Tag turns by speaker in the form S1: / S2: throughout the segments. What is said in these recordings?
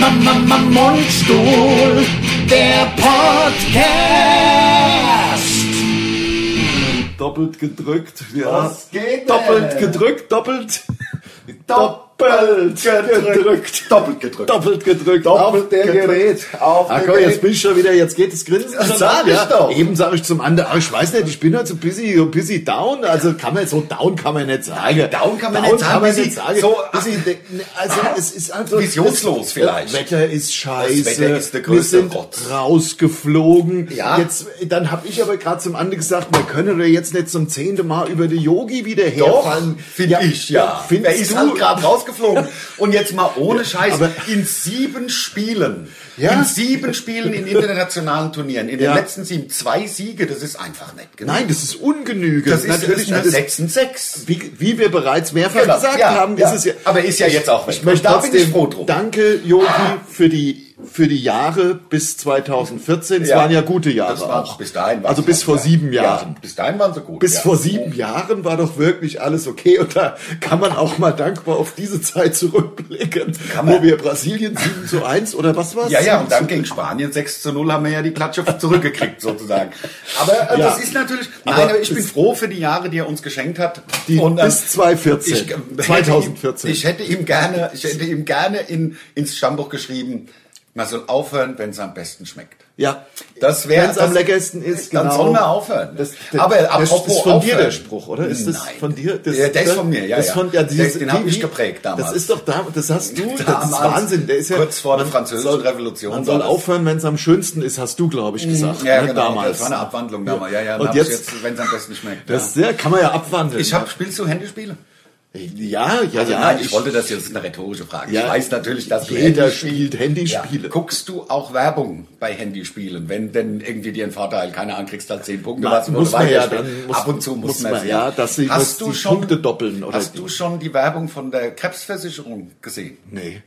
S1: am Mundstuhl, der Podcast.
S2: Doppelt gedrückt. Ja.
S3: Was geht
S2: Doppelt
S3: denn?
S2: gedrückt, doppelt.
S3: Doppelt
S2: gedrückt.
S3: Doppelt gedrückt.
S2: Doppelt gedrückt.
S3: Doppelt der
S2: gedrückt.
S3: Gerät. Auf
S2: Ach
S3: der
S2: komm, jetzt
S3: Gerät.
S2: bin ich schon wieder, jetzt geht das Grinsen
S3: Das
S2: schon
S3: sag
S2: an,
S3: ich
S2: ja.
S3: doch.
S2: Eben sage ich zum anderen, ach, ich weiß nicht, ich bin halt so busy, busy down, also kann man, so down kann man nicht sagen.
S3: down kann man
S2: Down
S3: nicht sagen,
S2: man
S3: busy,
S2: nicht sagen.
S3: so, ah,
S2: busy, also es ist einfach...
S3: Visionslos
S2: das
S3: vielleicht.
S2: Wetter ist scheiße.
S3: Das Wetter ist der
S2: Wir
S3: größte
S2: sind
S3: Rotz.
S2: rausgeflogen.
S3: Ja.
S2: Jetzt, dann habe ich aber gerade zum anderen gesagt, wir können ja jetzt nicht zum zehnten Mal über die Yogi wieder herfallen.
S3: finde ich, ja.
S2: Findest
S3: er ist
S2: du?
S3: halt gerade rausgeflogen. Und jetzt mal ohne Scheiß,
S2: aber-
S3: in sieben Spielen,
S2: Ja?
S3: in sieben Spielen in internationalen Turnieren, in
S2: Ja.
S3: den letzten sieben, zwei Siege, das ist einfach nicht genug.
S2: Nein, das ist ungenügend.
S3: das, ist natürlich
S2: das-
S3: eine 6 und 6.
S2: wie, wie wir bereits mehrfach
S3: Genau,
S2: gesagt
S3: ja,
S2: haben,
S3: ja.
S2: ist es ja.
S3: Aber ist ja jetzt auch weg.
S2: Ich möchte
S3: Da bin
S2: trotzdem
S3: ich froh drum.
S2: Danke, Jogi, für die, für die Jahre bis 2014. Es
S3: Ja.
S2: waren ja gute Jahre.
S3: Das war
S2: auch.
S3: bis dahin. war
S2: Also
S3: es
S2: bis
S3: noch,
S2: vor
S3: ja.
S2: sieben
S3: Ja,
S2: Jahren.
S3: bis dahin waren sie gut.
S2: Bis
S3: ja.
S2: vor sieben Jahren war doch wirklich alles okay und da kann man auch mal dankbar auf diese Zeit zurückblicken,
S3: Kann man.
S2: wo wir Brasilien 7 zu 1 oder was war's?
S3: Ja, ja, und
S2: 7 zu-
S3: dann gegen Spanien 6 zu 0 haben wir ja die Klatsche zurückgekriegt, sozusagen. Aber äh,
S2: Ja.
S3: das ist natürlich.
S2: Aber
S3: nein, aber ich bin
S2: es-
S3: froh für die Jahre, die er uns geschenkt hat.
S2: Die,
S3: und, äh,
S2: bis 2014.
S3: ich, äh,
S2: 2014.
S3: Hätte ihm, ich hätte ihm gerne, ich hätte ihm gerne in, ins Stammbuch geschrieben, man soll aufhören, wenn es am besten schmeckt.
S2: ja.
S3: Das wäre
S2: Wenn's am leckersten ist,
S3: Dann
S2: genau.
S3: sollen wir aufhören.
S2: Das- das-
S3: aber
S2: das
S3: apropos
S2: ist von dir
S3: aufhören.
S2: der Spruch, oder? Ist das
S3: Nein.
S2: von dir?
S3: ja, der ist von mir, ja.
S2: das
S3: ja.
S2: Von,
S3: Der
S2: ja
S3: ist-
S2: diese-
S3: den habe
S2: wie-
S3: ich geprägt damals.
S2: Das ist doch da, das hast du. das ist
S3: Damals,
S2: Wahnsinn. Der ist ja,
S3: kurz vor der
S2: man
S3: Französischen
S2: soll-
S3: Revolution
S2: Man
S3: war
S2: soll
S3: das.
S2: aufhören, wenn es am schönsten ist, hast du, glaube ich, gesagt.
S3: ja,
S2: ne,
S3: genau.
S2: damals.
S3: Das war eine Abwandlung damals. Ja, ja.
S2: Und
S3: dann hab's
S2: jetzt-
S3: wenn es am besten schmeckt.
S2: Das
S3: ja.
S2: ja, kann man ja abwandeln.
S3: Ich hab, spielst du Handyspiele?
S2: ja, ja, ja.
S3: Also Nein, ich, wollte das jetzt das ist eine rhetorische Frage.
S2: Ja,
S3: ich weiß natürlich, dass du
S2: jeder
S3: Handyspiel-
S2: spielt Handyspiele.
S3: Ja. Guckst du auch Werbung bei Handyspielen, wenn denn irgendwie dir ein Vorteil, keine Ahnung, kriegst halt 10 Punkte,
S2: Na,
S3: was
S2: muss man ja,
S3: weiterspielen.
S2: dann muss-
S3: ab und zu muss,
S2: muss
S3: man
S2: man, ja, dass sie- dass die Punkte doppeln oder
S3: hast
S2: die-
S3: du schon die Werbung von der Krebsversicherung gesehen?
S2: Nee.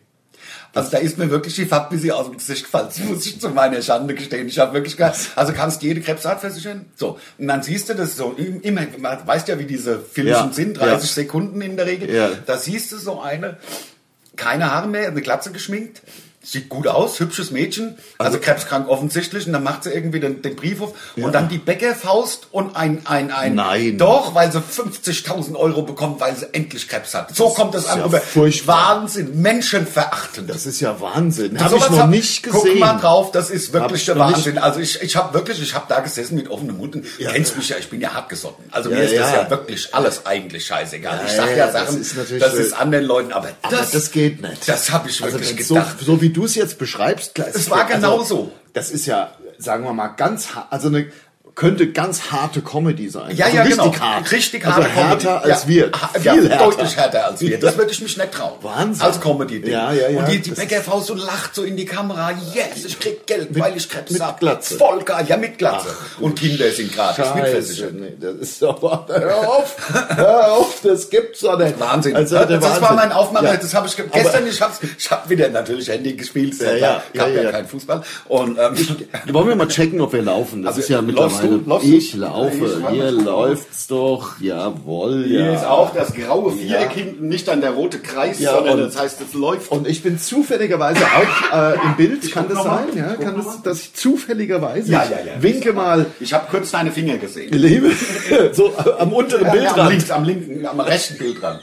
S3: Also da ist mir wirklich die Fahrt bis sie aus dem Gesicht gefallen. Das muss ich zu meiner Schande gestehen. Ich habe wirklich gedacht, also kannst jede Krebsart versichern. So, und dann siehst du das so, im- immer, man weißt ja, wie diese Filmchen
S2: Ja,
S3: sind, 30
S2: ja.
S3: Sekunden in der Regel.
S2: Ja.
S3: Da siehst du so eine, keine Haare mehr, eine Glatze geschminkt. Sieht gut aus, hübsches Mädchen, also, krebskrank offensichtlich, und dann macht sie irgendwie den, den Brief auf und dann die Bäckerfaust und ein, ein, ein.
S2: Nein.
S3: Doch, weil sie 50.000 Euro bekommt, weil sie endlich Krebs hat. So kommt das
S2: ist
S3: an.
S2: ja
S3: rüber.
S2: furchtbar.
S3: Wahnsinn, menschenverachtend.
S2: Das ist ja Wahnsinn. Habe
S3: Sowas
S2: ich noch
S3: hab-
S2: nicht gesehen.
S3: Guck mal drauf, das ist
S2: Hab
S3: wirklich
S2: ich
S3: der
S2: noch
S3: Wahnsinn. Also ich, ich habe wirklich, ich habe da gesessen mit offenem Mund. und Du kennst mich ja, ich bin ja hartgesotten. Also
S2: Ja,
S3: mir ist das
S2: ja.
S3: ja wirklich alles eigentlich scheißegal. ich
S2: Ja,
S3: sag ja,
S2: ja, das
S3: Sachen, das
S2: ist
S3: ist,
S2: natürlich so-
S3: anderen Leuten, aber,
S2: Aber das, geht nicht.
S3: Das habe ich
S2: Also
S3: wirklich
S2: wenn-
S3: gedacht.
S2: So, so wie du es jetzt beschreibst, klar,
S3: Es war
S2: also,
S3: genauso.
S2: Das ist ja, sagen wir mal, ganz, ha- also eine könnte ganz harte Comedy sein.
S3: Ja,
S2: also
S3: ja,
S2: richtig
S3: genau.
S2: Hart.
S3: Richtig
S2: also
S3: harte
S2: härter
S3: Comedy.
S2: als wir.
S3: Ja,
S2: Viel
S3: ja,
S2: härter.
S3: deutlich härter als wir. Das
S2: Ja.
S3: würde ich mich nicht trauen.
S2: Wahnsinn.
S3: Als Comedy-Ding.
S2: Ja, ja, ja.
S3: Und die, die
S2: Das
S3: Bäckerfrau so lacht so in die Kamera. Yes, ich krieg Geld,
S2: Mit-
S3: weil ich Krebs
S2: mit
S3: hab.
S2: Glatze.
S3: Voll geil. Ja, mit Glatze. Und Kinder sind gratis
S2: Scheiße,
S3: mitversichert.
S2: nee, das ist aber, hör auf, hör auf, das gibt's doch nicht.
S3: Wahnsinn.
S2: Also,
S3: das
S2: der
S3: war
S2: Wahnsinn.
S3: mein Aufmacher.
S2: Ja.
S3: Das habe ich ge-
S2: Aber-
S3: gestern. Ich habe ich hab wieder natürlich Handy gespielt.
S2: Ja,
S3: Ja,
S2: ja,
S3: ja, ich habe
S2: ja,
S3: ja,
S2: ja.
S3: keinen Fußball. Und ähm,
S2: Wollen wir mal checken, ob wir laufen? Das
S3: Also,
S2: ist ja
S3: läufst
S2: mittlerweile.
S3: du? Läufst du?
S2: ich laufe.
S3: Ich-
S2: Hier läft's doch. Jawohl, ja.
S4: Hier ist auch das graue Viereck
S2: Ja.
S4: hinten, nicht dann der rote Kreis,
S2: Ja,
S4: sondern
S2: und-
S4: das heißt, es läuft.
S2: Und ich bin zufälligerweise auch äh, im Bild. Kann das
S4: noch mal.
S2: sein? Ja,
S4: Ich guck
S2: kann
S4: noch
S2: das,
S4: mal.
S2: dass ich zufälligerweise
S3: Ja, ja, ja.
S2: winke mal,
S4: Ich habe kurz deine Finger gesehen.
S2: liebe, so äh, am unteren
S3: am
S2: Bildrand.
S3: links, am linken, am rechten Bildrand.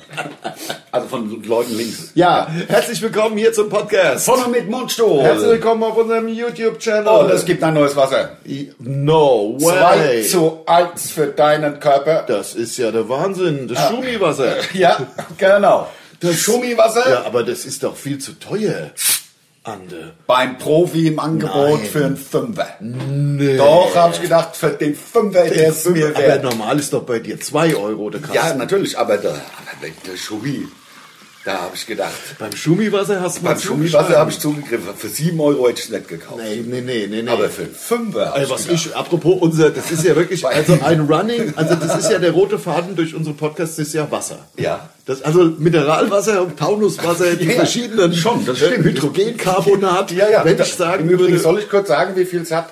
S3: Also von Leuten links.
S2: Ja, herzlich willkommen hier zum Podcast.
S3: Von und mit Mundstuhl.
S2: Herzlich willkommen auf unserem YouTube-Channel.
S3: Und es gibt ein neues Wasser.
S2: No
S3: 2
S2: way.
S3: zu 1 für deinen Körper.
S2: Das ist ja der Wahnsinn. Das Schumi-Wasser.
S3: Ja, genau.
S2: Das-
S3: Das Schummiwasser
S2: Ja, aber das ist doch viel zu teuer. Ande.
S3: beim Profi im Angebot
S2: Nein.
S3: für einen Fünfer. Doch, habe ich gedacht, für den Fünfer, der ist mir
S2: aber
S3: wert.
S2: normal ist doch bei dir 2 Euro der Kasten.
S3: Ja, natürlich, aber der, aber der Schumi, da habe ich gedacht.
S2: Beim Schumi-Wasser hast du
S3: Beim Schumi-Wasser habe ich zugegriffen. Für 7 Euro hätte ich es nicht gekauft.
S2: Nee, nee, nee, nee, nee.
S3: Aber für einen Fünfer.
S2: Ey,
S3: habe
S2: Also was
S3: gedacht.
S2: ich, apropos unser, das ist ja wirklich, also ein Running, also das ist ja der rote Faden durch unsere Podcasts, ist ja Wasser.
S3: Ja.
S2: Das, also Mineralwasser und Taunuswasser, die
S3: Ja,
S2: verschiedenen
S3: schon, das
S2: äh,
S3: stimmt.
S2: Hydrogencarbonat.
S3: Ja, ja.
S2: Wenn
S3: da-
S2: ich sagen
S3: Im Übrigen
S2: würde,
S3: soll ich kurz sagen, wie viel es hat?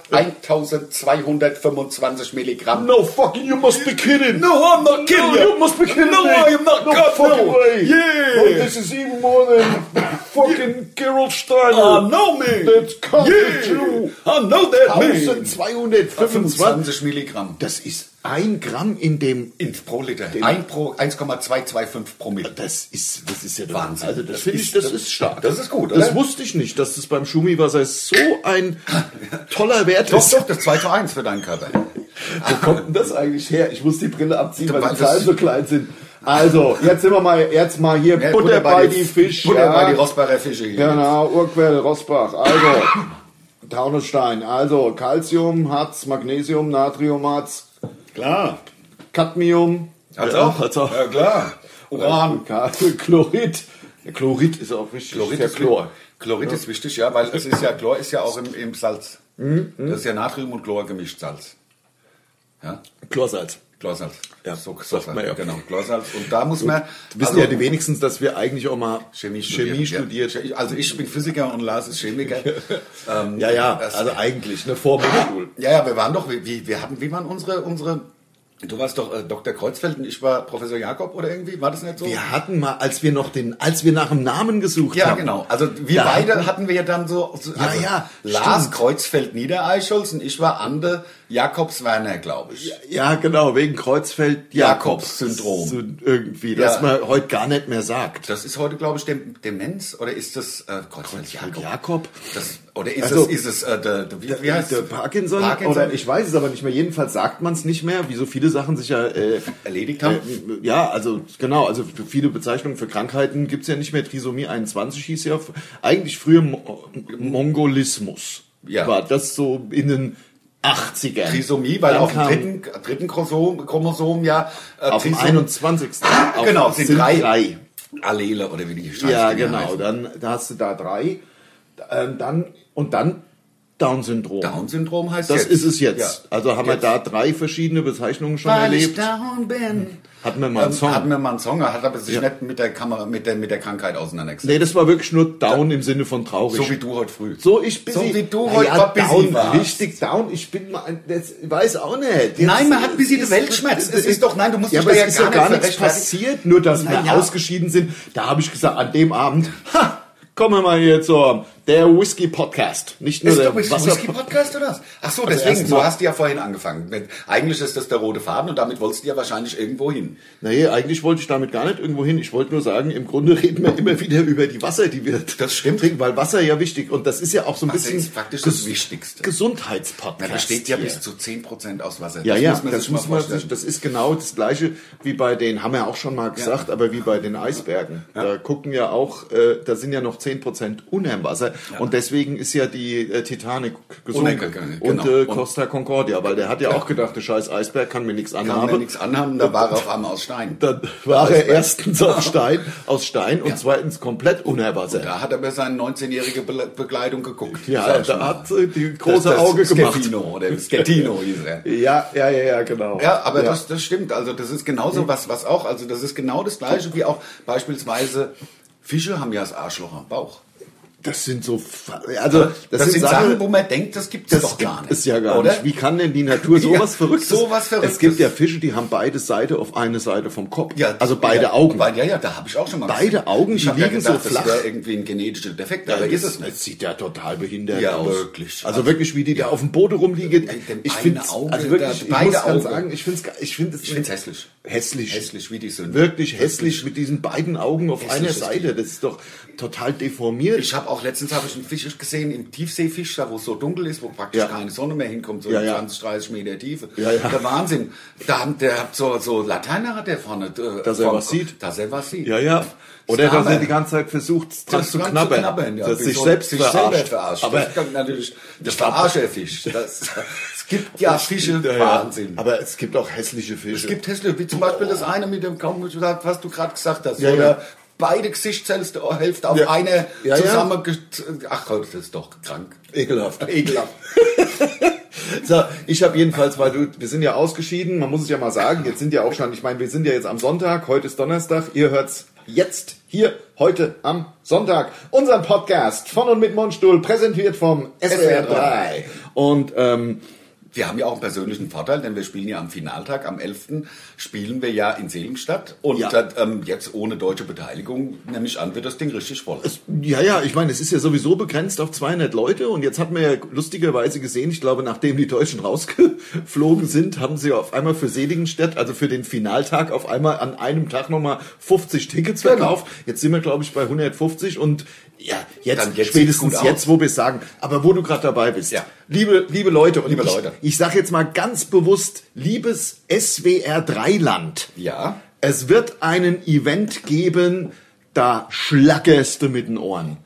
S3: 1225 Milligramm.
S2: no fucking, you must be kidding.
S3: No, I'm not kidding
S2: No,
S3: you.
S2: you must be kidding
S3: No,
S2: me.
S3: I am not.
S2: No
S3: God,
S2: fucking
S3: no.
S2: way.
S3: Yeah.
S2: No, this is even more than fucking Gerald Steiner.
S3: I know me.
S2: That's
S3: Ah,
S2: coming
S3: Yeah.
S2: to
S3: I know that me.
S2: 1225.
S3: 25 Milligramm.
S2: Das ist ein Gramm in dem.
S3: Ins pro Liter. Ein pro 1,225 Promille.
S2: Das ist, das ist ja
S3: Wahnsinn.
S2: Also das,
S3: Das
S2: finde ich,
S3: ist-
S2: das,
S3: das-
S2: ist stark.
S3: das ist gut,
S2: Das
S3: oder?
S2: wusste ich nicht, dass das beim Schumi-Wasser so ein toller Wert
S3: Doch,
S2: ist.
S3: doch, das 2 zu 1 für deinen Körper.
S2: Wo kommt denn das eigentlich her? Ich muss die Brille abziehen, weil die
S3: Das-
S2: Zahlen so klein sind. Also, jetzt sind wir mal, jetzt mal hier
S3: Ja,
S2: Butter, bei die Fisch.
S3: Butter
S2: ja.
S3: bei die Rosbacher Fische hier.
S2: Genau, Urquell, Rosbach. Also, Taunusstein. Also, Calcium hat's, Magnesium, Natrium hat's,
S3: Klar.
S2: Cadmium.
S3: Hat's
S2: Ja,
S3: auch?
S2: Hat's auch.
S3: Ja, klar. Uran.
S2: Kal- Chlorid. Ja, Chlorid ist auch wichtig.
S3: Chlorid
S2: ja
S3: ist, Chlorid ist wichtig, ja, weil es ist ja, Chlor ist ja auch im, im Salz.
S2: Mhm,
S3: Das ist ja Natrium und Chlor gemischt Salz. Ja,
S2: Chlorsalz.
S3: Chlorsalz.
S2: Ja,
S3: so, so
S2: sagt man ja.
S3: Genau, Chlorsalz. Und da muss man.
S2: Wissen
S3: also,
S2: ja die wenigstens, dass wir eigentlich auch mal
S3: Chemie studiert.
S2: studiert.
S3: Ja. Also ich bin Physiker und Lars ist Chemiker. ähm,
S2: Ja, ja,
S3: das-
S2: also eigentlich, ne, vor Mittelschul.
S3: ja, ja, wir waren doch, wir, wir wir hatten, wie waren unsere, unsere, du warst doch äh, Dr. Kreuzfeld und ich war Professor Jakob oder irgendwie, war das nicht so?
S2: Wir hatten mal, als wir noch den, als wir nach dem Namen gesucht
S3: Ja,
S2: haben.
S3: genau. Also wir
S2: Da
S3: beide hatten wir ja dann so. so-
S2: Ja,
S3: also
S2: ja,
S3: Lars
S2: stimmt.
S3: Kreuzfeld Niedereischolz und ich war Ande Jakobs Werner, glaube ich.
S2: Ja, genau, wegen Kreuzfeld-Jakobs-Syndrom.
S3: Jakobs-Syndrom.
S2: Irgendwie,
S3: Ja.
S2: das man heute gar nicht mehr sagt.
S3: Das ist heute, glaube ich, Dem Demenz oder ist das äh, Kreuzfeld Jakob?
S2: Jakob?
S3: Das, oder ist
S2: Also-
S3: es, ist es äh, der, der, wie, wie heißt
S2: Der
S3: es?
S2: Parkinson, Oder ich weiß es aber nicht mehr. Jedenfalls sagt man es nicht mehr, wie so viele Sachen sich ja äh,
S3: Erledigt haben?
S2: Äh, ja, also genau, also für viele Bezeichnungen für Krankheiten gibt's ja nicht mehr. Trisomie 21 hieß ja f- eigentlich früher Mo Mongolismus.
S3: Ja.
S2: War das so in den 80ern.
S3: Trisomie, weil
S2: Dann
S3: auf dem
S2: kam-
S3: dritten, dritten Chromosom, Chromosom ja äh,
S2: auf dem
S3: Trisom-
S2: 21. auf-
S3: genau, sind drei, Allele oder wie die Scheiße
S2: Ja, genau. Dann da hast du da drei. Ähm, dann, und dann Down-Syndrom.
S3: Down-Syndrom heißt
S2: Das
S3: jetzt.
S2: ist es jetzt.
S3: Ja.
S2: Also haben
S3: Jetzt.
S2: wir da drei verschiedene Bezeichnungen schon
S3: Weil ich
S2: erlebt.
S3: down bin.
S2: Hatten wir Hm. mal einen Song.
S3: Hatten wir mal einen Song, er hat aber sich
S2: Ja.
S3: nicht mit der Kamera, mit der, mit der Krankheit auseinandergesetzt.
S2: nee, das war wirklich nur Down im Sinne von traurig.
S3: So wie du heute früh.
S2: So ich bin
S3: So wie du
S2: Na
S3: heute
S2: ja,
S3: war busy
S2: down,
S3: warst.
S2: richtig down. Ich bin mal, ein- das ich weiß auch nicht. Jetzt-
S3: Nein, man hat ein bisschen
S2: ist-
S3: den Weltschmerz. Es ist doch- nein, du musst
S2: ja,
S3: dich
S2: aber
S3: da
S2: es
S3: ja
S2: ist
S3: gar
S2: ja gar
S3: nicht
S2: nichts
S3: verrechtfertigen.
S2: passiert, nur dass
S3: Na
S2: wir
S3: ja.
S2: ausgeschieden sind. Da habe ich gesagt, an dem Abend, ha, kommen wir mal hier zur der Whisky Podcast, nicht nur
S3: Ist
S2: der
S3: doch ein
S2: Wasser-
S3: Whisky-Podcast oder was? Ach so, deswegen,
S2: erstmal-
S3: so hast du ja vorhin angefangen. Mit, eigentlich ist das der rote Faden und damit wolltest du ja wahrscheinlich irgendwo hin.
S2: Nee, eigentlich wollte ich damit gar nicht irgendwo hin. Ich wollte nur sagen, im Grunde reden wir immer wieder über die Wasser, die wir
S3: Das stimmt.
S2: trinken, weil Wasser ja wichtig und das ist ja auch so ein
S3: Wasser
S2: bisschen
S3: ist praktisch das Wichtigste.
S2: Gesundheitspodcast.
S3: Er besteht ja
S2: hier.
S3: bis zu 10% aus Wasser.
S2: ja, ja, das
S3: sich
S2: muss
S3: mal
S2: man
S3: vorstellen.
S2: sich, das ist genau das gleiche wie bei den, haben wir auch schon mal gesagt, aber wie bei den Eisbergen. Da gucken ja auch, äh, da sind ja noch 10% unter dem Wasser und deswegen ist ja die äh, Titanic gesunken.
S3: Untergegangen,
S2: Und
S3: genau.
S2: äh,
S3: Und-
S2: Costa Concordia, weil der hat ja auch gedacht, der scheiß Eisberg kann mir nichts
S3: Kann man
S2: anhaben.
S3: nichts anhaben, da war er auf einmal aus Stein.
S2: Dann war er erstens auf Stein, aus Stein und zweitens komplett unter Wasser.
S3: Da hat aber seine 19-jährige Be Begleitung geguckt.
S2: Ja,
S3: Sag ich
S2: da
S3: mal.
S2: hat äh, die
S3: Das-
S2: große
S3: das
S2: Auge gemacht.
S3: Schettino oder Schettino hieß er.
S2: Ja, ja, ja, ja, genau.
S3: Ja, aber Das, das stimmt. Also das ist genauso was, was auch. Also das ist genau das Gleiche wie auch beispielsweise Fische haben ja das Arschloch am Bauch.
S2: das sind so, fa- also das, sind, Sachen,
S3: wo man denkt, das gibt es
S2: das
S3: doch gar nicht.
S2: gibt es ja gar
S3: oder?
S2: nicht. Wie kann denn die Natur sowas
S3: Ja,
S2: Verrücktes?
S3: sowas Verrücktes.
S2: Es gibt ja Fische, die haben beide Seiten auf eine Seite vom Kopf.
S3: Ja,
S2: also beide
S3: ja,
S2: Augen.
S3: Beide, ja, ja, da habe ich auch schon mal.
S2: Beide Augen,
S3: ich
S2: die
S3: hab ja
S2: liegen
S3: gedacht,
S2: so flach.
S3: Das wäre irgendwie ein genetischer Defekt, aber ist es nicht.
S2: Das sieht ja total behindert
S3: Ja,
S2: aus.
S3: wirklich.
S2: Also wirklich, wie die da auf dem Boden rumliegen.
S3: dem
S2: Ich
S3: einen
S2: finde
S3: Auge,
S2: also wirklich,
S3: da-
S2: ich
S3: beide
S2: muss ganz
S3: Augen.
S2: sagen, ich finde es, ich finde es
S3: Ich finde es hässlich.
S2: hässlich.
S3: Hässlich wie die Sünde.
S2: Wirklich hässlich mit diesen beiden Augen auf einer
S3: Hässliches
S2: Seite. Das ist doch total deformiert.
S3: Ich habe auch letztens habe ich einen Fisch gesehen im Tiefseefisch, da wo es so dunkel ist, wo praktisch
S2: Ja.
S3: keine Sonne mehr hinkommt, so
S2: Ja,
S3: in
S2: ja.
S3: 20, 30 Meter Tiefe.
S2: Ja, ja.
S3: Der Wahnsinn. Da haben, der hat so so Lateiner hat der vorne, äh,
S2: Dass er
S3: vorne-
S2: was sieht.
S3: dass er was sieht.
S2: ja, ja. Oder
S3: Hammer.
S2: dass er die ganze Zeit versucht, dran
S3: Das
S2: zu
S3: dran
S2: knabbern.
S3: ja.
S2: dass
S3: Wie
S2: sich
S3: so-
S2: selbst
S3: sich
S2: verarscht.
S3: selber verarscht.
S2: Aber
S3: das kommt natürlich, das Verarscherfisch. Das, es gibt ja Fische,
S2: Ja, ja.
S3: Wahnsinn.
S2: Aber es gibt auch hässliche Fische.
S3: Es gibt hässliche, wie zum Beispiel das eine mit dem Kaum, was du gerade gesagt hast.
S2: Ja,
S3: oder
S2: ja.
S3: beide Gesichtshälfte Hälfte auf
S2: Ja.
S3: eine
S2: Ja, ja.
S3: zusammen. Ach, das ist doch krank.
S2: ekelhaft.
S3: Ekelhaft.
S2: So, ich habe jedenfalls, weil du, wir sind ja ausgeschieden, man muss es ja mal sagen, jetzt sind ja auch schon, ich meine, wir sind ja jetzt am Sonntag, heute ist Donnerstag, ihr hört's jetzt hier, heute am Sonntag, unseren Podcast von und mit Mundstuhl, präsentiert vom SWR3. Und ähm,
S3: wir haben ja auch einen persönlichen Vorteil, denn wir spielen ja am Finaltag, am 11. spielen wir ja in Seligenstadt. Und
S2: Ja.
S3: das, ähm, jetzt ohne deutsche Beteiligung, nehme ich an, wird das Ding richtig voll.
S2: Ja, ja, ich meine, es ist ja sowieso begrenzt auf 200 Leute und jetzt hat man ja lustigerweise gesehen, ich glaube, nachdem die Deutschen rausgeflogen sind, haben sie auf einmal für Seligenstadt, also für den Finaltag, auf einmal an einem Tag nochmal 50 Tickets
S3: Genau.
S2: verkauft. Jetzt sind wir, glaube ich, bei 150 und ja, jetzt,
S3: Dann jetzt sieht's
S2: spätestens
S3: gut aus.
S2: jetzt, wo wir es sagen, aber wo du gerade dabei bist.
S3: Ja.
S2: Liebe, liebe Leute und
S3: Liebe
S2: ich,
S3: Leute.
S2: ich sage jetzt mal ganz bewusst, liebes SWR3-Land.
S3: Ja.
S2: Es wird einen Event geben, da schlackerst du mit den Ohren.